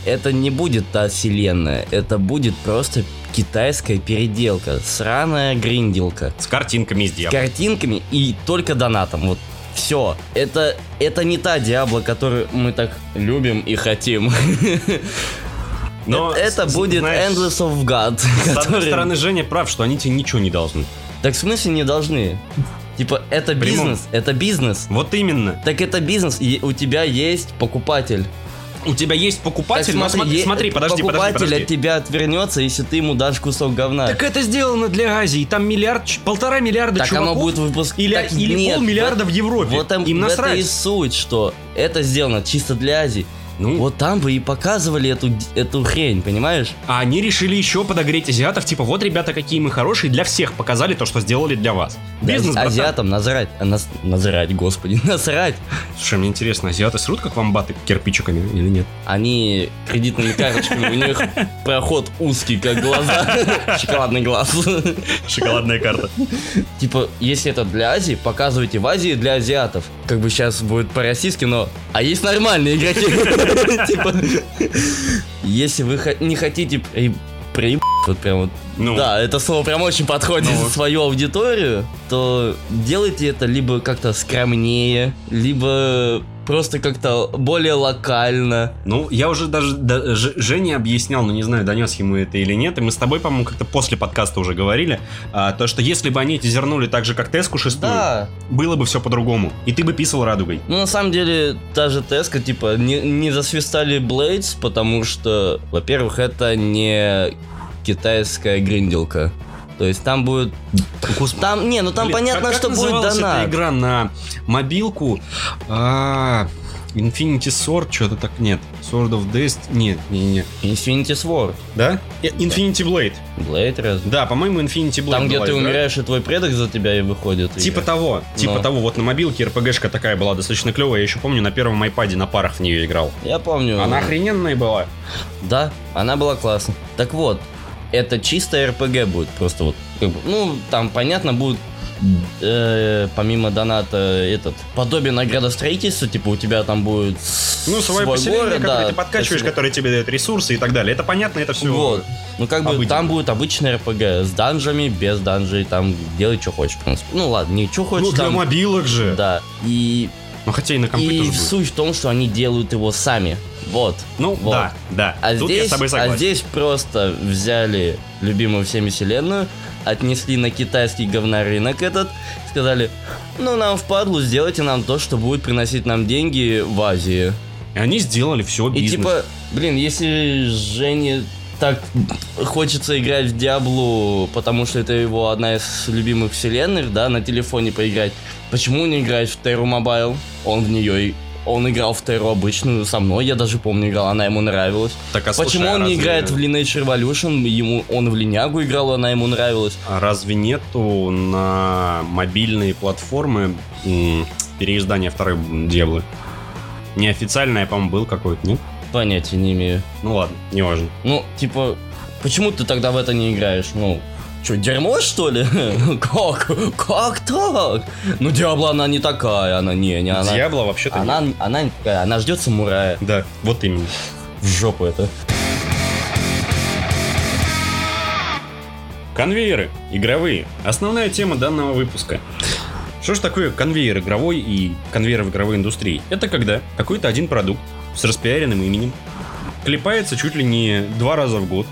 B: Это не будет та вселенная, это будет просто китайская переделка, сраная гринделка.
A: С картинками из
B: С
A: дьявола.
B: картинками и только донатом, вот. Все, это, это не та Диабло, которую мы так любим и хотим.
A: Но,
B: это
A: с-
B: будет
A: знаешь,
B: Endless of God.
A: С одной
B: который-
A: стороны, Женя прав, что они тебе ничего не должны.
B: Так в смысле не должны? Типа, это
A: Прямом.
B: бизнес, это бизнес.
A: Вот именно.
B: Так это бизнес, и у тебя есть покупатель.
A: У тебя есть
B: Так
A: покупатель, но смотри,
B: е-
A: смотри, подожди, подожди,
B: покупатель
A: подожди.
B: от тебя отвернется, если ты ему дашь кусок говна.
A: Так это сделано для Азии, там миллиард, ч- полтора миллиарда
B: Так
A: чуваков
B: оно будет выпуск...
A: или,
B: так
A: или
B: нет,
A: полмиллиарда в
B: вот-
A: Европе.
B: Вот там,
A: Им
B: в это и
A: насрать.
B: суть, что это сделано чисто для Азии.
A: Ну,
B: Вот там вы и показывали эту, д- эту хрень, понимаешь?
A: а они решили еще подогреть азиатов, типа, вот, ребята, какие мы хорошие, для всех показали то, что сделали для вас.
B: Да,
A: Бизнес, братан.
B: Азиатам назрать, а, нас, назрать, господи, насрать.
A: Слушай, мне интересно, азиаты срут, как вам баты кирпичиками или нет?
B: Они кредитными карточками, у них проход узкий, как глаза. Шоколадный глаз.
C: Шоколадная карта.
B: Типа, если это для Азии, показывайте в Азии для азиатов. Как бы сейчас будет по-российски, но... А есть нормальные игроки. Типа, если вы хо- не хотите при- приеб- вот прям вот
A: Ну,
B: Да, это слово прям очень подходит
A: Ну.
B: за свою аудиторию, то делайте это либо как-то скромнее, либо просто как-то более локально.
A: Ну, я уже даже да- Ж- Жене объяснял, но не знаю, донес ему это или нет. И мы с тобой, по-моему, как-то после подкаста уже говорили, а, то, что если бы они эти зернули так же, как Теску шестую,
B: Да,
A: было бы все по-другому. И ты бы писал радугой.
B: ну на самом деле та же Теска, типа, не, не засвистали Блейдс, потому что, во-первых, это не китайская гринделка. То есть там будет... Там, не, ну там
A: Блин,
B: понятно,
A: как- как
B: что будет
A: называлась
B: донат.
A: эта игра на мобилку. А, Infinity Sword, что-то так нет. Sword of Destiny, нет, не, не.
B: Infinity Sword.
A: Да?
B: Э,
A: Infinity Blade.
B: Blade раз.
A: Да, по-моему, Infinity Blade.
B: Там, где
A: была
B: ты
A: игра.
B: умираешь, и твой предок за тебя и выходит.
A: Типа
B: И-
A: того, типа
B: Но.
A: того, вот на мобилке РПГшка такая была достаточно клевая, я еще помню, на первом айпаде на парах в нее играл.
B: Я помню.
A: Она охрененная была.
B: Да, она была классная. Так вот, это чистая РПГ будет просто вот. как бы, ну, там, понятно, будет э, помимо доната этот подобие наградостроительства, типа у тебя там будет с-
A: Ну, свой поселение,
B: город,
A: который
B: да,
A: ты подкачиваешь,
B: поселение.
A: который тебе дает ресурсы и так далее. Это понятно, это все.
B: Вот. Ну, как бы
A: обыденно.
B: там будет обычная РПГ с данжами, без данжей, там делай, что хочешь, в принципе. Ну, ладно, не что хочешь,
A: Ну, для
B: там-
A: мобилок же.
B: Да. И,
A: Ну, хотя и на компе
B: и
A: тоже будет.
B: суть в том, что они делают его сами. Вот.
A: Ну,
B: Вот.
A: да, да.
B: А,
A: Тут я
B: здесь,
A: с тобой согласен.
B: а здесь просто взяли любимую всеми вселенную, отнесли на китайский говнорынок этот, сказали, ну нам впадлу, сделайте нам то, что будет приносить нам деньги в Азии.
A: И они сделали все
B: И
A: бизнес.
B: типа, блин, если Жене так хочется играть в Диаблу, потому что это его одна из любимых вселенных, да, на телефоне поиграть, почему не играть в Терру Мобайл? Он в нее он играл в Терру обычную со мной, я даже помню, играл, она ему нравилась.
A: Так, а слушай,
B: Почему
A: а
B: он не
A: разве-
B: играет в Lineage Revolution? Ему, он в линягу играл, она ему нравилась.
A: А разве нету на мобильные платформы м, переиздания второй Диаблы? Неофициальное, по-моему, был какой-то, нет?
B: Понятия не имею.
A: Ну ладно, неважно.
B: Ну, типа, почему ты тогда в это не играешь? Ну, что, дерьмо, что ли? Как? Как так? Ну, Диабло, она не такая, она не, не она.
A: Диабло вообще-то
B: Она, она не такая, она ждет самурая.
A: нет. Да, вот именно.
B: В жопу это.
A: Конвейеры игровые. Основная тема данного выпуска. Что же такое конвейер игровой и конвейер в игровой индустрии? Это когда какой-то один продукт с распиаренным именем клепается чуть ли не два раза в год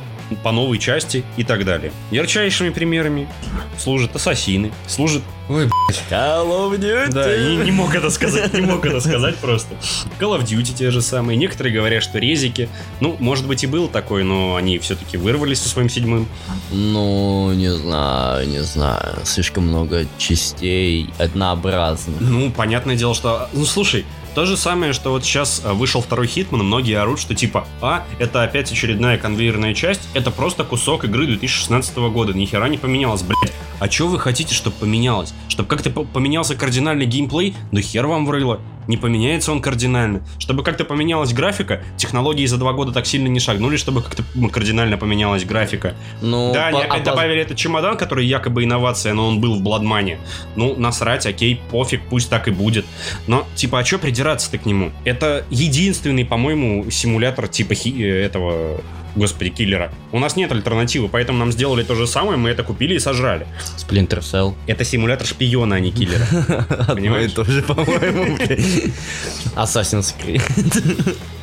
A: по новой части и так далее. Ярчайшими примерами служат ассасины, служат... Ой,
B: Call of Duty.
A: да, и не мог это сказать, не мог это сказать просто. Call of Duty те же самые. Некоторые говорят, что резики. Ну, может быть и было такое, но они все-таки вырвались со своим седьмым.
B: Ну, не знаю, не знаю. Слишком много частей однообразных.
A: Ну, понятное дело, что... Ну, слушай, то же самое, что вот сейчас вышел второй Хитман, и многие орут, что типа, а, это опять очередная конвейерная часть, это просто кусок игры 2016 года, нихера не поменялось, блядь. А чё вы хотите, чтобы поменялось? Чтобы как-то по- поменялся кардинальный геймплей? Ну хер вам в рыло. Не поменяется он кардинально. Чтобы как-то поменялась графика, технологии за два года так сильно не шагнули, чтобы как-то м, кардинально поменялась графика.
B: Ну,
A: Да, они
B: по-
A: опять
B: опоз-
A: добавили этот чемодан, который якобы инновация, но он был в Бладмане. Ну, насрать, окей, пофиг, пусть так и будет. Но, типа, а чё придираться-то к нему? Это единственный, по-моему, симулятор типа хи- э, этого, господи, киллера. У нас нет альтернативы, поэтому нам сделали то же самое, мы это купили и сожрали.
B: Splinter Cell.
A: Это симулятор шпиона, а не киллера. Понимаешь?
B: тоже, по-моему. блин. Assassin's Creed.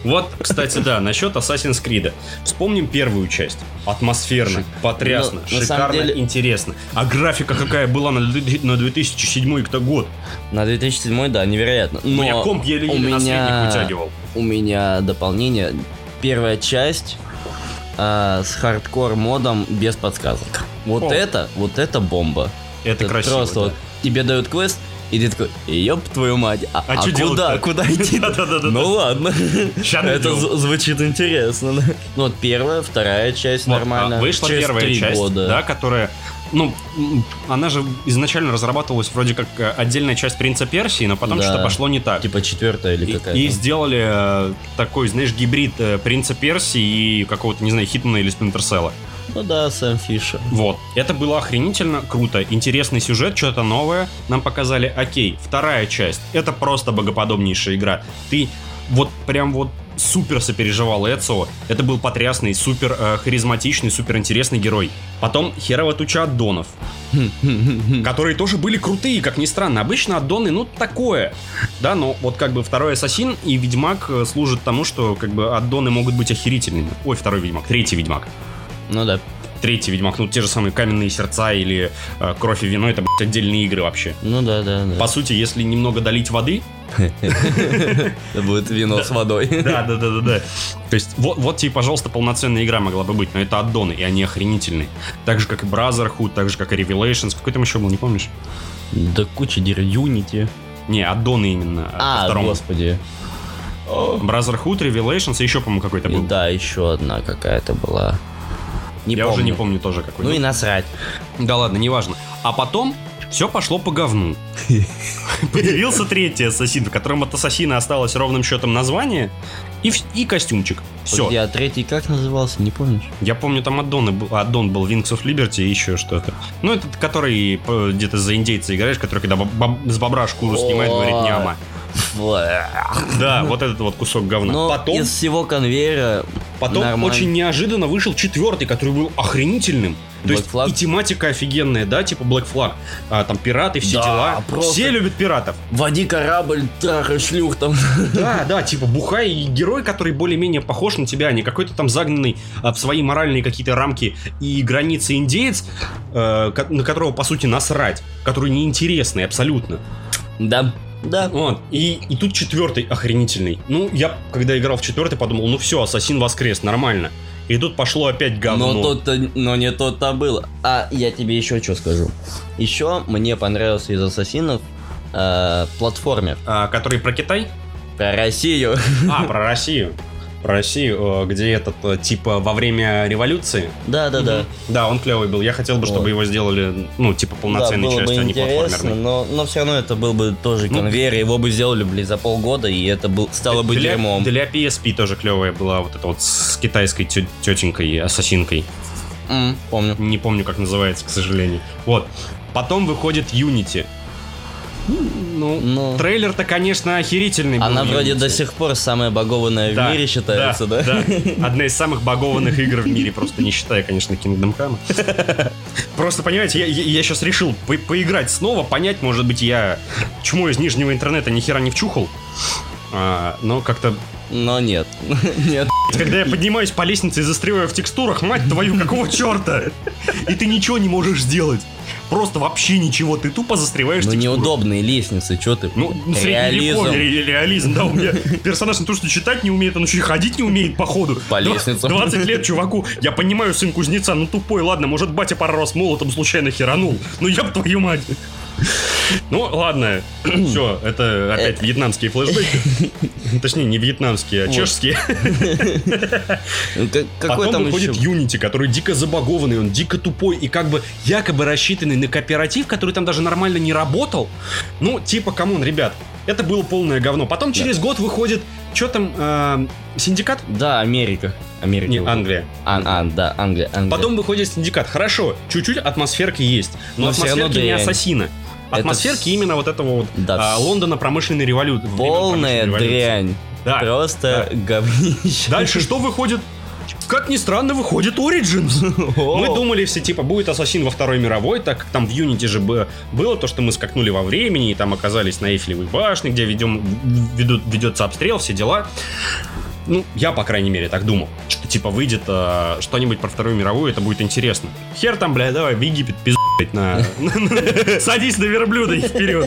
A: Вот, кстати, да, насчет Assassin's Creed. Вспомним первую часть. Атмосферно, потрясно,
B: Ну, на самом
A: шикарно,
B: деле-
A: интересно. А графика какая была на две- на 2007 кто год?
B: На 2007, да, невероятно. Но
A: У меня комп
B: у
A: еле-еле на
B: меня-
A: средних вытягивал.
B: у меня дополнение. Первая часть а, с хардкор модом без подсказок. Вот
A: О.
B: это, вот это бомба.
A: Это красиво.
B: Просто
A: да.
B: вот тебе дают квест, И ты такой, ёб твою мать, а,
A: А
B: а
A: чё
B: куда,
A: делать-то?»
B: куда идти?
A: Да-да-да-да.
B: Ну ладно.
A: Ща
B: Это
A: найдём.
B: з- звучит интересно. да. Ну вот первая, вторая часть
A: Вот,
B: нормально.
A: а, Вышла
B: Через
A: первая
B: три
A: часть,
B: года.
A: да, которая... Ну, м, она же изначально разрабатывалась вроде как э, отдельная часть «Принца Персии», но потом
B: Да.
A: что-то пошло не так.
B: Типа четвертая или
A: И,
B: какая-то.
A: и сделали э, такой, знаешь, гибрид э, «Принца Персии» и какого-то, не знаю, Хитмана или Спинтерсела.
B: Ну да, Сэм Фиша.
A: Вот. Это было охренительно круто. Интересный сюжет, что-то новое. Нам показали, окей, вторая часть. Это просто богоподобнейшая игра. Ты вот прям вот супер сопереживал Эцио. Это был потрясный, супер э, харизматичный, супер интересный герой. Потом херово туча аддонов, которые тоже были крутые, как ни странно. Обычно аддоны, ну, такое. Да, но вот как бы второй Ассасин и Ведьмак э, служат тому, что как бы аддоны могут быть охерительными. Ой, второй Ведьмак, третий Ведьмак
B: Ну да.
A: третий Ведьмак, ну те же самые Каменные сердца или э, Кровь и вино, это блядь, отдельные игры вообще.
B: Ну да, да, да.
A: По сути, если немного долить воды,
B: Это будет вино с водой.
A: да, да, да, да, да. То есть вот, вот тебе, пожалуйста, полноценная игра могла бы быть, но это аддоны, и они охренительные. Так же, как и Brotherhood, так же, как и Revelations. Какой там еще был, не помнишь?
B: Да куча дерь. Юнити.
A: Не, аддоны именно. э, по
B: А,
A: второму.
B: господи.
A: Brotherhood, Revelations, и еще, по-моему, какой-то
B: И
A: был.
B: Да, еще одна какая-то была. Не
A: Я
B: помню.
A: уже не помню тоже какой.
B: Ну и насрать.
A: Да ладно, неважно. А потом все пошло по говну. Появился третий ассасин, в котором от ассасина осталось ровным счетом название и, вс- и костюмчик. Все.
B: Вот
A: Я...
B: Я третий как назывался, не помнишь?
A: помню, там аддон, аддон был Wings of Liberty и еще что-то. Ну, этот, который э, где-то за индейца играешь, который когда боб- боб- с бобра шкуру снимает, говорит
B: Ой.
A: няма.
B: Фу.
A: Да, вот этот вот кусок говна.
B: Но
A: потом
B: Ну, из всего конвейера
A: потом
B: нормально.
A: очень неожиданно вышел четвертый, который был охренительным. То
B: Black
A: есть
B: Flag?
A: и тематика офигенная, да, типа Black Flag, а, там пираты, все
B: Да,
A: дела.
B: просто-
A: Все любят пиратов.
B: води корабль, трахай шлюх там.
A: Да, да, типа бухай и герой, который более-менее похож на тебя, а не какой-то там загнанный а, в свои моральные какие-то рамки и границы индеец, э, ко- на которого, по сути, насрать, который неинтересный абсолютно.
B: Да, да.
A: Вот, и, и тут четвертый охренительный. Ну, я, когда играл в четвертый, подумал, ну все, Ассасин воскрес, нормально. И тут пошло опять говно.
B: Но тот-то, но не тот-то был. А я тебе еще что скажу. Еще мне понравился из ассасинов э, платформер
A: А, который про Китай?
B: про Россию.
A: А, про Россию. Про Россию, э, где этот, э, типа, во время революции.
B: Да, да, да.
A: Да, он клевый был. Я хотел бы, чтобы
B: Вот.
A: его сделали, ну, типа,
B: Да,
A: полноценной
B: было бы
A: частью, а не
B: интересно,
A: платформерной.
B: но, но все равно это был бы тоже
A: Ну,
B: конвейер, его бы сделали, блин, за полгода, и это был, стало бы
A: для,
B: дерьмом.
A: Для PSP тоже клевая была вот эта вот с китайской тё- тетенькой, ассасинкой.
B: М, помню.
A: Не помню, как называется, к сожалению. Вот. Потом выходит Unity. Ну,
B: Ну.
A: трейлер-то, конечно, охерительный был
B: Она вроде
A: Unity.
B: до сих пор самая багованная
A: Да,
B: в мире считается, да?
A: да. Одна из самых багованных игр в мире, просто не считая, конечно, Kingdom Come. Просто, понимаете, я, сейчас решил по- поиграть снова, понять, может быть, я чему из нижнего интернета ни хера не вчухал. А, но как-то...
B: Но нет. Нет.
A: Когда я поднимаюсь по лестнице и застреваю в текстурах, мать твою, какого черта? И ты ничего не можешь сделать. Просто вообще ничего, ты тупо застреваешь
B: Ну
A: в текстурах.
B: неудобные лестницы, что ты?
A: Ну,
B: блин?
A: ну,
B: Реализм.
A: средневековье, ре- реализм, да, у меня персонаж не то, что читать не умеет, он еще и ходить не умеет, походу.
B: По
A: Два-
B: лестницам.
A: 20 лет, чуваку, я понимаю, сын кузнеца, ну тупой, ладно, может, батя пару раз молотом случайно херанул, ну я твою мать. Ну, ладно, все, это опять
B: Э.
A: вьетнамские флешбеки. Точнее, не вьетнамские, а
B: Вот.
A: чешские.
B: Ну, как- Какой
A: Потом
B: там еще?
A: выходит Unity, который дико забагованный, он дико тупой и как бы якобы рассчитанный на кооператив, который там даже нормально не работал. Ну, типа, камон, ребят, это было полное говно. Потом через год выходит, что там, э, Синдикат?
B: Да, Америка. Америка.
A: Не,
B: вот.
A: Англия.
B: Ан- ан, да, Англия, Англия.
A: Потом выходит Синдикат. Хорошо, чуть-чуть атмосферки есть, но,
B: Но всё равно
A: атмосферки не
B: дрянь.
A: Ассасина.
B: Это
A: Атмосферки
B: вс-
A: именно вот этого вот
B: Да,
A: а,
B: вс-
A: Лондона промышленной револю- времен промышленной
B: Полная
A: революции.
B: дрянь.
A: Да.
B: Просто говнище.
A: Дальше что выходит? Как ни странно, выходит Origins.
B: О.
A: Мы думали все, типа, будет Ассасин во Второй мировой, так как там в Unity же бы- было то, что мы скакнули во времени, и там оказались на Эйфелевой башне, где ведем, ведут, ведется обстрел, все дела. Ну, я, по крайней мере, так думал, что, типа, выйдет э, что-нибудь про Вторую мировую, это будет интересно. Хер там, бля, давай в Египет пизду, блядь, на... Садись на верблюда и вперед.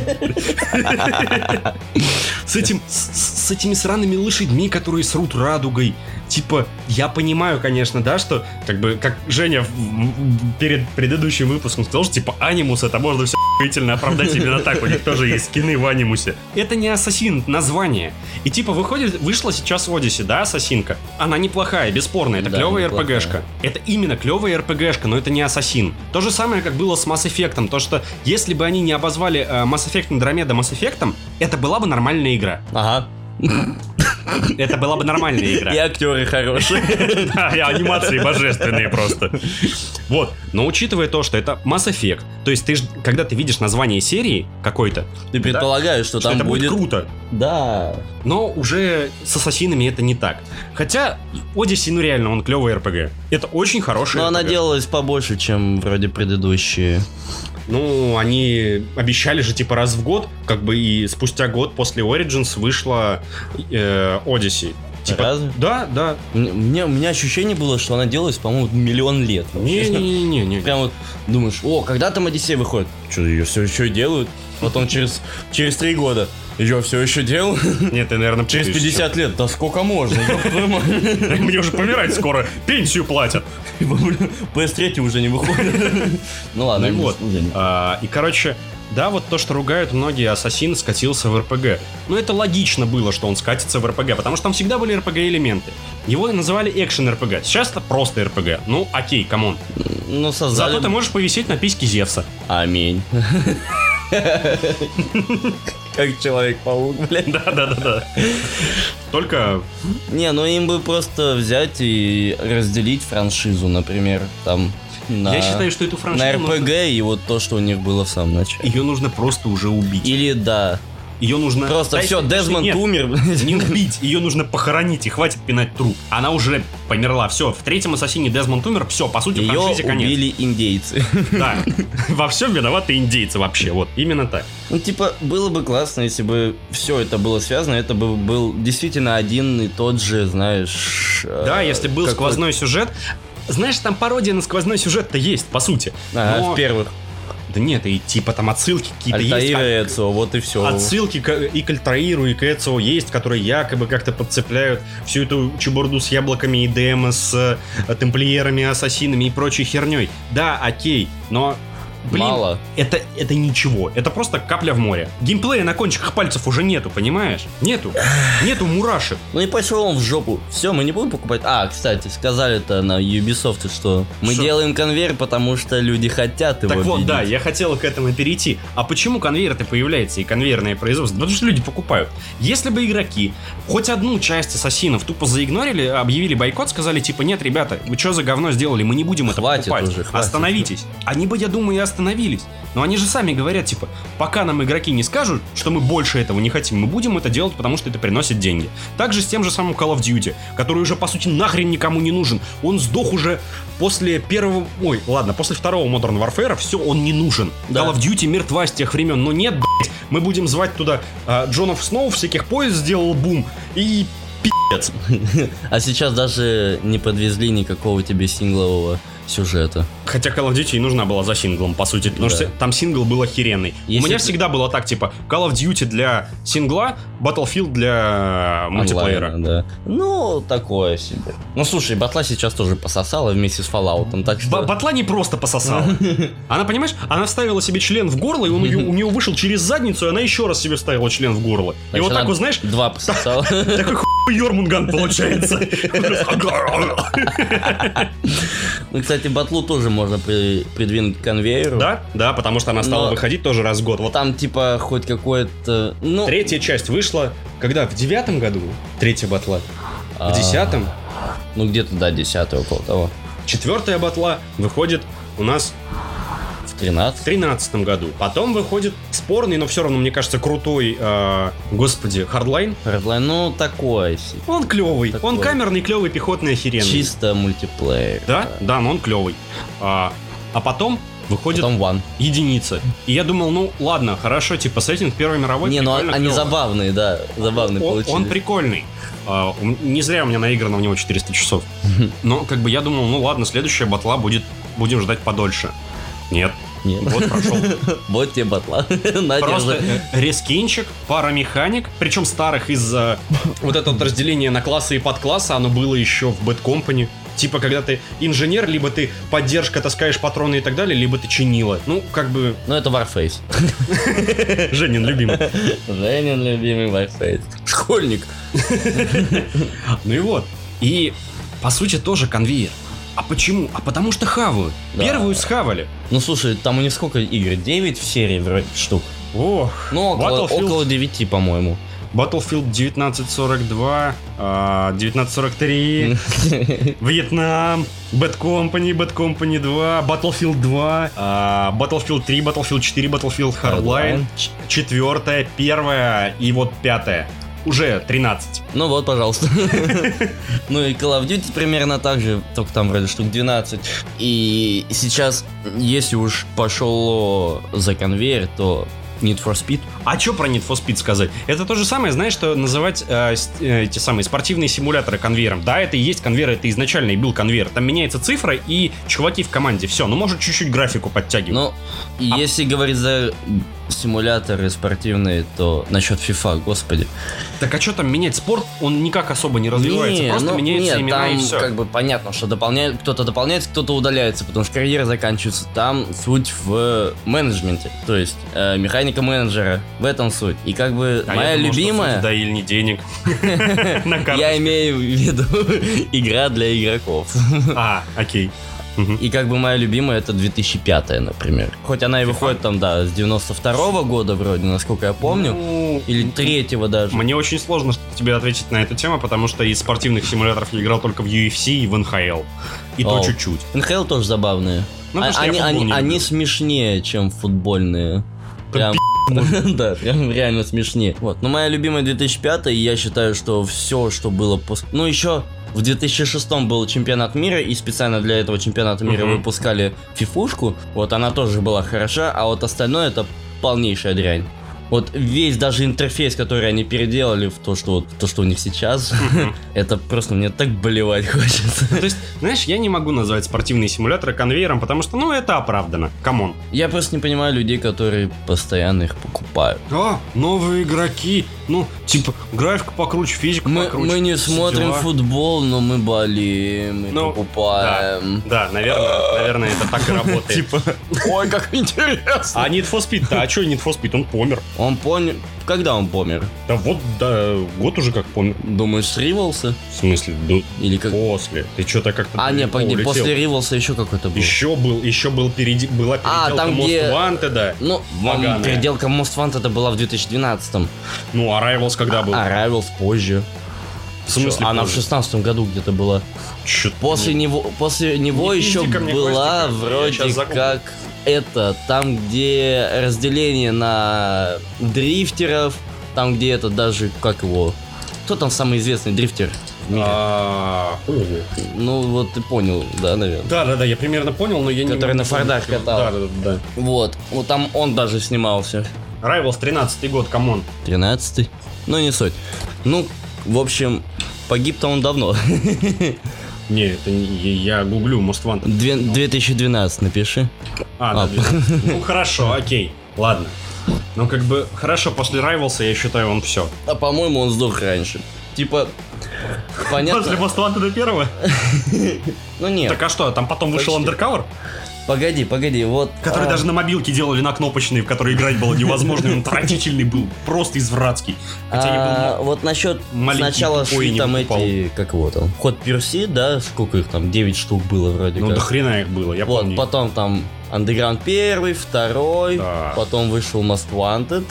A: С, этим, с, с этими сраными лошадьми, которые срут радугой. Типа, я понимаю, конечно, да, что, как бы, как Женя в- в- перед предыдущим выпуском сказал, что, типа, анимус это можно все охуительно оправдать именно так, у них тоже есть скины в анимусе. Это не ассасин, это название. И, типа, выходит, вышла сейчас Одиссе, да, ассасинка? Она неплохая, бесспорно, это
B: Да,
A: клевая
B: неплохая.
A: РПГшка. Это именно клевая РПГшка, но это не Ассасин. То же самое, как было с Mass Effect, то что если бы они не обозвали э, Mass Effect Andromeda Mass Effect, это была бы нормальная игра.
B: Ага.
A: Это была бы нормальная игра.
B: И актеры хорошие.
C: Да, и анимации божественные просто.
A: Вот. Но учитывая то, что это Mass Effect, то есть ты ж- когда ты видишь название серии какой-то,
B: Ты предполагаешь, что
A: что
B: там
A: это будет
B: будет...
A: круто.
B: Да.
A: Но уже с ассасинами это не так. Хотя Odyssey, ну реально, он клевый РПГ. Это очень хороший
B: Но она
A: RPG.
B: делалась побольше, чем вроде предыдущие.
A: Ну, они обещали же типа раз в год, как бы и спустя год после Origins вышла э, Odyssey. Типа,
B: Разве?
A: Да, да.
B: Мне- Мне, у меня ощущение было, что она делалась, по-моему, миллион лет.
A: Не-не-не-не.
B: Прям вот думаешь, о, когда там Одиссея выходит? Что, ее все еще делают? Потом через, через три года. Ее все еще делают?
A: Нет, ты, наверное,
B: Через 50 лет, да сколько можно? ёб твою мать. Типа,
C: Мне уже помирать скоро, пенсию платят.
B: PS3 уже не выходит. Ну ладно.
A: Ну и вот.
B: не- не-
A: А, и, короче, да, вот то, что ругают многие, Ассасин скатился в РПГ. Но это логично было, что он скатится в РПГ, потому что там всегда были РПГ-элементы. Его и называли экшен-РПГ. Сейчас это просто РПГ. Ну, окей, камон. Зато
B: Ну создали...
A: ты можешь повисеть на письке Зевса.
B: Аминь. Как Человек-паук, блядь.
C: Да-да-да-да.
A: Только
B: Не, ну им бы просто взять и разделить франшизу, например, там... на-
A: я считаю, что эту
B: на
A: франшизу... нужно-
B: РПГ и вот то, что у них было в самом начале.
A: Ее нужно просто уже убить.
B: Или да.
A: Ее нужно...
B: Просто
A: Да,
B: все,
A: если-
B: Дезмонд
A: нет,
B: умер. блядь.
A: Не убить, ее нужно похоронить, и хватит пинать труп. Она уже померла, все. В третьем ассасине Дезмонд умер, все, по сути,
B: Ее
A: франшизе конец.
B: убили индейцы.
A: Да. Во всем виноваты индейцы вообще. Вот именно так.
B: Ну, типа, было бы классно, если бы все это было связано, это бы был действительно один и тот же, знаешь... э,
A: Да, если был
B: какой-
A: сквозной сюжет. Знаешь, там пародия на сквозной сюжет-то есть, по сути.
B: Ага,
A: Но-
B: в первых.
A: Да нет, и типа там отсылки какие-то есть.
B: Альтаир
A: а-
B: и Эцио, вот и все.
A: Отсылки к- и к Альтраиру, и к Эцио есть, которые якобы как-то подцепляют всю эту чебурду с яблоками и Демо, с э, темплиерами, ассасинами и прочей херней. Да, окей, но... Блин,
B: Мало.
A: Это, это ничего. Это просто капля в море. Геймплея на кончиках пальцев уже нету, понимаешь? Нету. Нету мурашек.
B: Ну и пошел он в жопу. Все, мы не будем покупать. А, кстати, сказали-то на Ubisoft, что мы
A: Что?
B: делаем конвейер, потому что люди хотят его
A: Так вот,
B: видеть.
A: да, я хотел к этому перейти. А почему конвейер-то появляется и конвейерное производство? Да Потому что люди покупают. Если бы игроки хоть одну часть ассасинов тупо заигнорили, объявили бойкот, сказали типа, нет, ребята, вы что за говно сделали, мы не будем это
B: Хватит
A: покупать.
B: уже, хватит
A: Остановитесь. Они бы, я думаю, и остановились. Но они же сами говорят, типа, пока нам игроки не скажут, что мы больше этого не хотим, мы будем это делать, потому что это приносит деньги. Также с тем же самым Call of Duty, который уже, по сути, нахрен никому не нужен. Он сдох уже после первого... Ой, ладно, после второго Modern Warfare все, он не нужен.
B: Да.
A: Call of Duty мертва с тех времен, но нет, блядь, мы будем звать туда а, Джонов Сноу, всяких поезд сделал бум, и
B: А сейчас даже не подвезли никакого тебе синглового сюжета.
A: Хотя Call of Duty и нужна была за синглом, по сути, потому
B: Да.
A: что там сингл был охеренный. У
B: Если
A: меня
B: ты-
A: всегда было так, типа, Call of Duty для сингла, Battlefield для э, мультиплеера.
B: Онлайна, да. Ну, такое себе. Ну, слушай, батла сейчас тоже пососала вместе с Fallout, так
A: Ба-
B: что...
A: Батла не просто пососала. Она, понимаешь, она вставила себе член в горло, и он её- у нее вышел через задницу, и она еще раз себе вставила член в горло. И
B: Значит,
A: вот
B: она
A: так вот, знаешь,
B: Два пососала.
A: такой хуй Йормунган получается.
B: Ну, кстати, батлу тоже можно при- придвинуть к конвейеру.
A: Да, да, потому что она стала
B: Но-
A: выходить тоже раз в год. Вот
B: Там, типа, хоть какое-то... Ну,
A: третья часть вышла, когда? В девятом году? Третья батла. В
B: А.
A: десятом?
B: ну где-то, да, десятый около того.
A: Четвертая батла выходит у нас
B: В
A: в
B: 13.
A: 2013 году. Потом выходит спорный, но все равно, мне кажется, крутой, э, господи, хардлайн.
B: Hardline, ну, такое себе.
A: Он клевый.
B: Такой.
A: Он камерный, клевый, пехотный, охеренный.
B: Чисто мультиплеер.
A: Да? Да, но он клевый. А, а потом выходит
B: Потом One.
A: единица. И я думал, ну ладно, хорошо, типа сеттинг Первой мировой.
B: не, ну
A: прикольно,
B: они
A: клёво.
B: забавные, да, забавные
A: он,
B: получились.
A: он прикольный. А, у м- не зря у меня наиграно в него 400 часов. Но как бы я думал, ну ладно, следующая батла будет, будем ждать подольше. Нет.
B: нет.
A: Вот прошел.
B: Вот тебе батла. На,
A: Просто
B: держи.
A: рескинчик, пара механик, причем старых из-за вот это вот разделение на классы и подклассы, оно было еще в Bad Company. Типа, когда ты инженер, либо ты поддержка, таскаешь патроны и так далее, либо ты чинила. Ну, как бы,
B: Ну, это Warface.
C: Женин любимый.
B: Женин любимый Warface. Школьник.
A: ну и вот. И, по сути, тоже конвейер. А почему? А потому что хавают.
B: Да.
A: Первую схавали.
B: Ну, слушай, там у них сколько игр? 9 в серии вроде штук.
A: Ох.
B: Ну, около,
A: Battlefield.
B: около 9, по-моему.
A: Battlefield 1942, а, 1943, Вьетнам, Bad Company, Bad Company 2, Battlefield 2, а, Battlefield 3, Battlefield 4, Battlefield Hardline, ч- четвертая, первая и вот пятая. Уже 13.
B: Ну вот, пожалуйста. Ну и Call of Duty примерно так же, только там вроде штук 12. И сейчас, если уж пошло за конвейер, то Need for Speed.
A: А что про Need for Speed сказать? Это то же самое, знаешь, что называть э, с- э, эти самые спортивные симуляторы конвейером. Да, это и есть конвейер, это изначально и был конвейер. Там меняется цифра и чуваки в команде. Все, ну может чуть-чуть графику подтягивать.
B: Ну, и
A: А-
B: если говорить за симуляторы спортивные, то насчет FIFA, господи.
A: Так а что там менять? Спорт, он никак особо не развивается,
B: Не,
A: просто
B: ну,
A: меняются
B: нет,
A: имена
B: там
A: и все.
B: как бы понятно, что дополняет, кто-то дополняется, кто-то удаляется, потому что карьера заканчивается. Там суть в менеджменте, то есть э, механика менеджера. В этом суть. И как бы
A: А
B: моя любимая...
A: Да или не денег. На карту.
B: Я имею в виду игра для игроков.
A: А, окей. Мгм.
B: И как бы моя любимая это 2005, например. Хоть она и выходит там, да, с 92 года вроде, насколько я помню.
A: Ну,
B: Или третьего даже.
A: Мне очень сложно что- тебе ответить на эту тему, потому что из спортивных симуляторов я играл только в UFC и в НХЛ. И то
B: Оу.
A: чуть-чуть.
B: НХЛ тоже забавные.
A: Ну,
B: А-
A: потому что я
B: они,
A: футбол
B: они-
A: не
B: они
A: люблю.
B: смешнее, чем футбольные.
A: Да
B: Прям... Да, прям реально смешнее. Вот. Но моя любимая 2005, и я считаю, что все, что было после... Ну, еще в 2006 был чемпионат мира, и специально для этого чемпионата мира
A: Мгм.
B: выпускали фифушку. Вот она тоже была хороша, а вот остальное это полнейшая дрянь. Вот весь даже интерфейс, который они переделали в то, что, вот- то, что у них сейчас,
A: Мгм.
B: это просто мне так болевать хочется.
A: Ну, То есть, знаешь, я не могу назвать спортивные симуляторы конвейером, потому что, ну, это оправдано. Камон.
B: Я просто не понимаю людей, которые постоянно их покупают.
A: А, новые игроки. Ну, типа, графика покруче, физика
B: Мы,
A: покруче.
B: мы не
A: все
B: смотрим
A: дела.
B: футбол, но мы болеем, мы
A: Ну,
B: покупаем.
A: Да, наверное, наверное, это так и работает.
C: Типа,
B: Ой, как интересно.
A: А Need for Speed-то, а что Need for Speed? Он помер.
B: Он помер... Когда он помер?
A: Да вот, да, год уже как помер.
B: Думаешь, с Риволса?
A: В смысле, да,
B: Или как...
A: после. Ты что-то как-то...
B: А, не,
A: далеко
B: погоди,
A: улетел.
B: после Риволса еще какой-то был.
A: Еще был, еще был переди... была
B: А,
A: переделка
B: там,
A: Most
B: где-
A: Wanted, да.
B: Ну, вам
A: Поганая.
B: переделка Most Wanted была в 2012-м,
A: Ну, а Rivals когда был?
B: а Rivals позже.
A: в смысле?
B: Она в 16 году где-то была.
A: Чё-то
B: а, После
A: не-
B: него, после него
A: Не
B: еще
A: пизди ко мне,
B: была
A: Костя, я щас
B: вроде
A: загуглю.
B: как это, там где разделение на дрифтеров, там где это даже, как его, кто там самый известный дрифтер? в мире?
A: А, хуй его знает.
B: Ну вот ты понял, да, наверное.
A: Да, да, да, я примерно понял, но я не...
B: Который на фордах катал.
A: Да, да, да.
B: Вот, вот там он даже снимался.
A: да. Rivals 13 год, камон.
B: 13 ну не суть. Ну, в общем, погиб-то он давно.
A: Не, это не... Я я гуглю Most Wanted.
B: Две- 2012 напиши.
A: А, да,
B: А.
A: 12. Ну, хорошо, окей. Ладно. Ну, как бы, хорошо, после Rivals, я считаю, он все.
B: А по-моему он сдох раньше. Типа,
A: После
B: понятно.
A: Most Wanted первого?
B: Ну нет.
A: Так а что, там потом вышел
B: Почти.
A: Undercover?
B: Погоди, погоди, вот.
A: Который
B: а,
A: даже на мобилке делали на кнопочные, в который играть было невозможно, и он отвратительный был, просто извратский. Хотя не был
B: а, вот насчет
A: маленький,
B: сначала
A: тупой и
B: шли
A: не
B: там
A: покупал.
B: эти, как его там, ход Перси, да, сколько их там, 9 штук было вроде
A: Ну,
B: как.
A: до хрена их было, я
B: вот,
A: помню.
B: потом там Underground первый, второй,
A: Да.
B: потом вышел Most Wanted,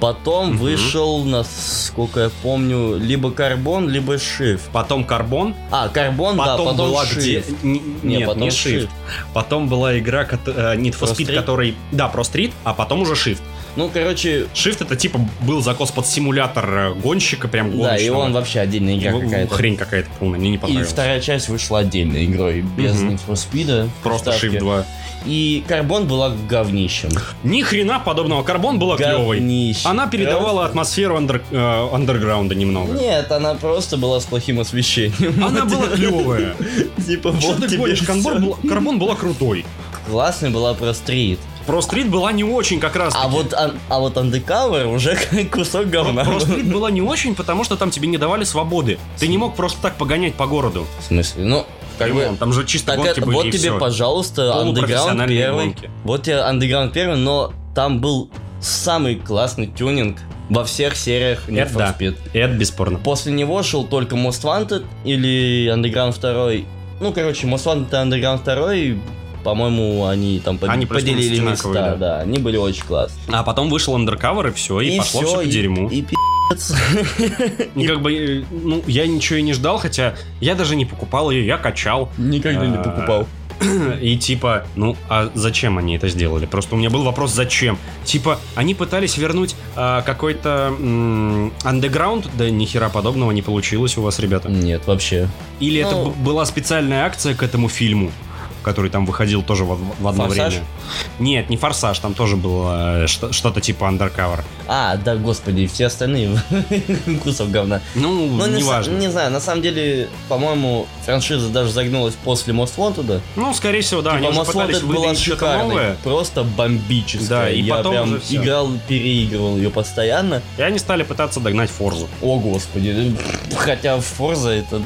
B: потом
A: Мгм.
B: вышел, насколько я помню, либо Карбон, либо Shift.
A: Потом карбон,
B: А, Карбон, да,
A: потом,
B: потом
A: была
B: Shift.
A: где... Н-
B: Не,
A: Нет,
B: потом
A: не Shift.
B: Shift.
A: Потом была игра кот- э, Need for
B: Pro
A: Speed,
B: Street?
A: который... Да, про стрит, а потом уже Shift.
B: Ну, короче,
A: Shift это типа был закос под симулятор э, гонщика, прям гоночного.
B: да, и он вообще отдельная игра
A: В- в-
B: какая-то.
A: Хрень какая-то полная, мне не
B: И
A: понравилось.
B: вторая часть вышла отдельной игрой, без
A: Мгм.
B: Need for Speed. а,
A: Просто Shift 2.
B: И Карбон была говнищем.
A: Ни хрена подобного. Карбон была клевой.
B: Говнищем.
A: Она передавала атмосферу андер- э, андерграунда немного.
B: Нет, она просто была с плохим освещением.
A: Она была клевая.
B: Типа,
A: Что
B: вот
A: ты
B: тебе
A: гонишь?
B: всё.
A: Карбон, была- Карбон была крутой.
B: Классной была про стрит.
A: Про стрит была не очень как раз.
B: А вот, ан- а вот Undercover уже кусок говна.
A: Про стрит была не очень, потому что там тебе не давали свободы. Ты не мог просто так погонять по городу.
B: В смысле? Ну, как бы...
A: Там же чисто
B: Так
A: гонки
B: это-
A: были,
B: вот
A: и
B: тебе,
A: всё.
B: пожалуйста, андеграунд
A: Полупрофессиональные
B: первый.
A: гонки.
B: Вот тебе андеграунд первый, но там был самый классный тюнинг во всех сериях Need
A: Это
B: for
A: да.
B: Speed.
A: Это бесспорно.
B: После него шел только Most Wanted или Underground 2. Ну, короче, Most Wanted и Underground 2, по-моему, они там под-
A: Они плюс-минус
B: поделили места.
A: одинаковые,
B: Да.
A: да.
B: они были очень классные.
A: А потом вышел Undercover, и все, и, пошло
B: всё,
A: все к
B: и-
A: дерьму.
B: И пи***ц.
A: И как бы, э, ну, я ничего и не ждал, хотя я даже не покупал ее, я качал.
B: Никогда не
A: А,
B: покупал.
A: И типа, ну, а зачем они это сделали? Просто у меня был вопрос, зачем? Типа, они пытались вернуть а, какой-то м, андеграунд, да ни хера подобного не получилось у вас, ребята.
B: Нет, вообще.
A: Или это
B: Ну-
A: б- была специальная акция к этому фильму, который там выходил тоже в, в одно
B: «Форсаж»?
A: время? Нет, не «Форсаж», там тоже было э, что- что-то типа «Андеркавер».
B: А, да, господи, и все остальные кусок говна.
A: Ну,
B: Ну, не,
A: неважно.
B: са- не знаю, на самом деле, по-моему, франшиза даже загнулась после Most Wanted.
A: Ну, скорее всего, да, они
B: Типа,
A: уже
B: Most
A: пытались
B: Wanted была
A: выдавить что-то
B: шикарной,
A: новое.
B: просто бомбическая.
A: Да, и
B: Я
A: потом
B: прям
A: уже всё.
B: играл, переигрывал ее постоянно.
A: И они стали пытаться догнать Форзу.
B: О, господи, э, хотя Forza это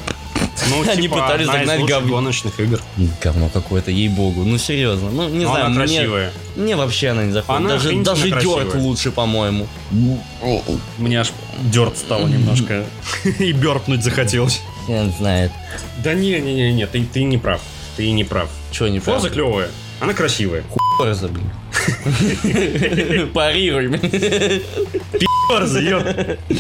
A: Ну,
B: Они пытались
A: одна из
B: догнать
A: лучших
B: говно.
A: гоночных игр.
B: говно какое-то, ей-богу. Ну, серьезно, ну, не
A: Но
B: знаю,
A: она
B: мне,
A: красивая.
B: мне вообще она не заходит.
A: Она
B: даже
A: охренительно
B: даже
A: красивая.
B: Dirt лучше, по-моему.
C: Мне аж дерт стало немножко. И берпнуть захотелось.
B: Хрен знает.
A: Да не-не-не, ты, ты не прав. Ты не прав.
B: Че не
A: Форза
B: правда?
A: клевая. Она красивая.
B: Forza, блин. Парируй.
C: Форза, ёп.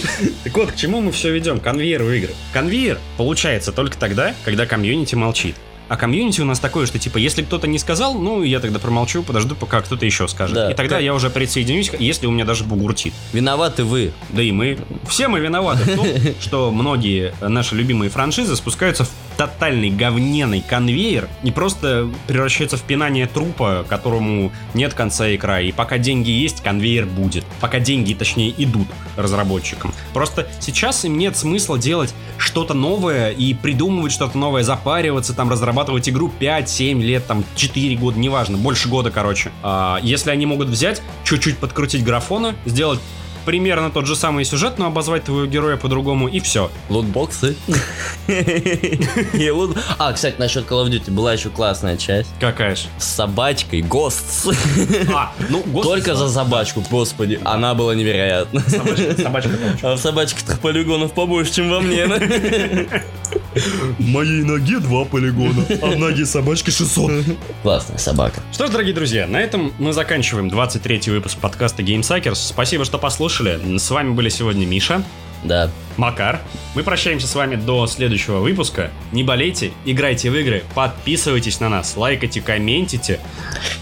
A: Так вот, к чему мы все ведем? Конвейер в игры. Конвейер получается только тогда, когда комьюнити молчит. А комьюнити у нас такое, что типа, если кто-то не сказал, ну я тогда промолчу, подожду, пока кто-то еще скажет.
B: Да.
A: и тогда
B: Как-
A: я уже присоединюсь, если у меня даже бугуртит.
B: Виноваты вы.
A: Да и мы. Все мы виноваты в том, что многие наши любимые франшизы спускаются в тотальный говненный конвейер и просто превращаются в пинание трупа, которому нет конца и края. И пока деньги есть, конвейер будет. Пока деньги, точнее, идут разработчикам. Просто сейчас им нет смысла делать что-то новое и придумывать что-то новое, запариваться, там, разрабатывать игру 5-7 лет, там, 4 года, неважно, больше года, короче. А, если они могут взять, чуть-чуть подкрутить графона, сделать примерно тот же самый сюжет, но обозвать твоего героя по-другому, и все.
B: Лутбоксы. И лут- А, кстати, насчет Call of Duty была еще классная часть.
A: Какая же.
B: С собачкой Гостс.
A: А, ну, господи,
B: Только за собачку, господи, она была невероятна.
A: собачка, собачка получше.
B: А в собачке-то полигонов побольше, чем во мне. да?
C: В моей ноге два полигона, а в ноге собачки 600.
B: Классная собака.
A: Что ж, дорогие друзья, на этом мы заканчиваем 23-й выпуск подкаста GameSuckers. Спасибо, что послушали. С вами были сегодня Миша,
B: Да.
A: Макар. Мы прощаемся с вами до следующего выпуска. Не болейте, играйте в игры, подписывайтесь на нас, лайкайте, комментите.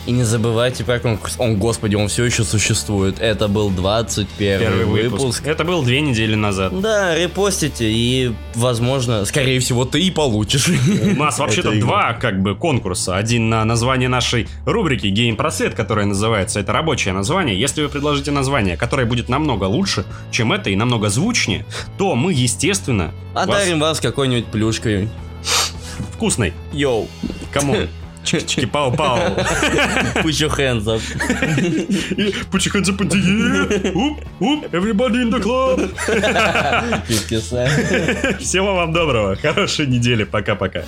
B: И не забывайте про конкурс. Он, господи, он все еще существует. Это был 21
A: Первый
B: выпуск.
A: выпуск. Это был две недели назад.
B: Да, репостите, и, возможно, скорее всего, ты и получишь.
A: У нас вообще-то
B: Это игра.
A: два как бы конкурса. Один на название нашей рубрики «Геймпросвет», которая называется, это рабочее название. Если вы предложите название, которое будет намного лучше, чем это, и намного звучнее, то мы, естественно,
B: Подарим вас какой-нибудь плюшкой.
A: вас вкусной.
B: Йоу.
A: Кому? Чики-чики, пау-пау.
B: Put your hands up.
C: Put your hands up in the air. Oop, oop, everybody in the club.
B: Пипки, Сай.
C: Всего вам доброго, хорошей недели, пока-пока.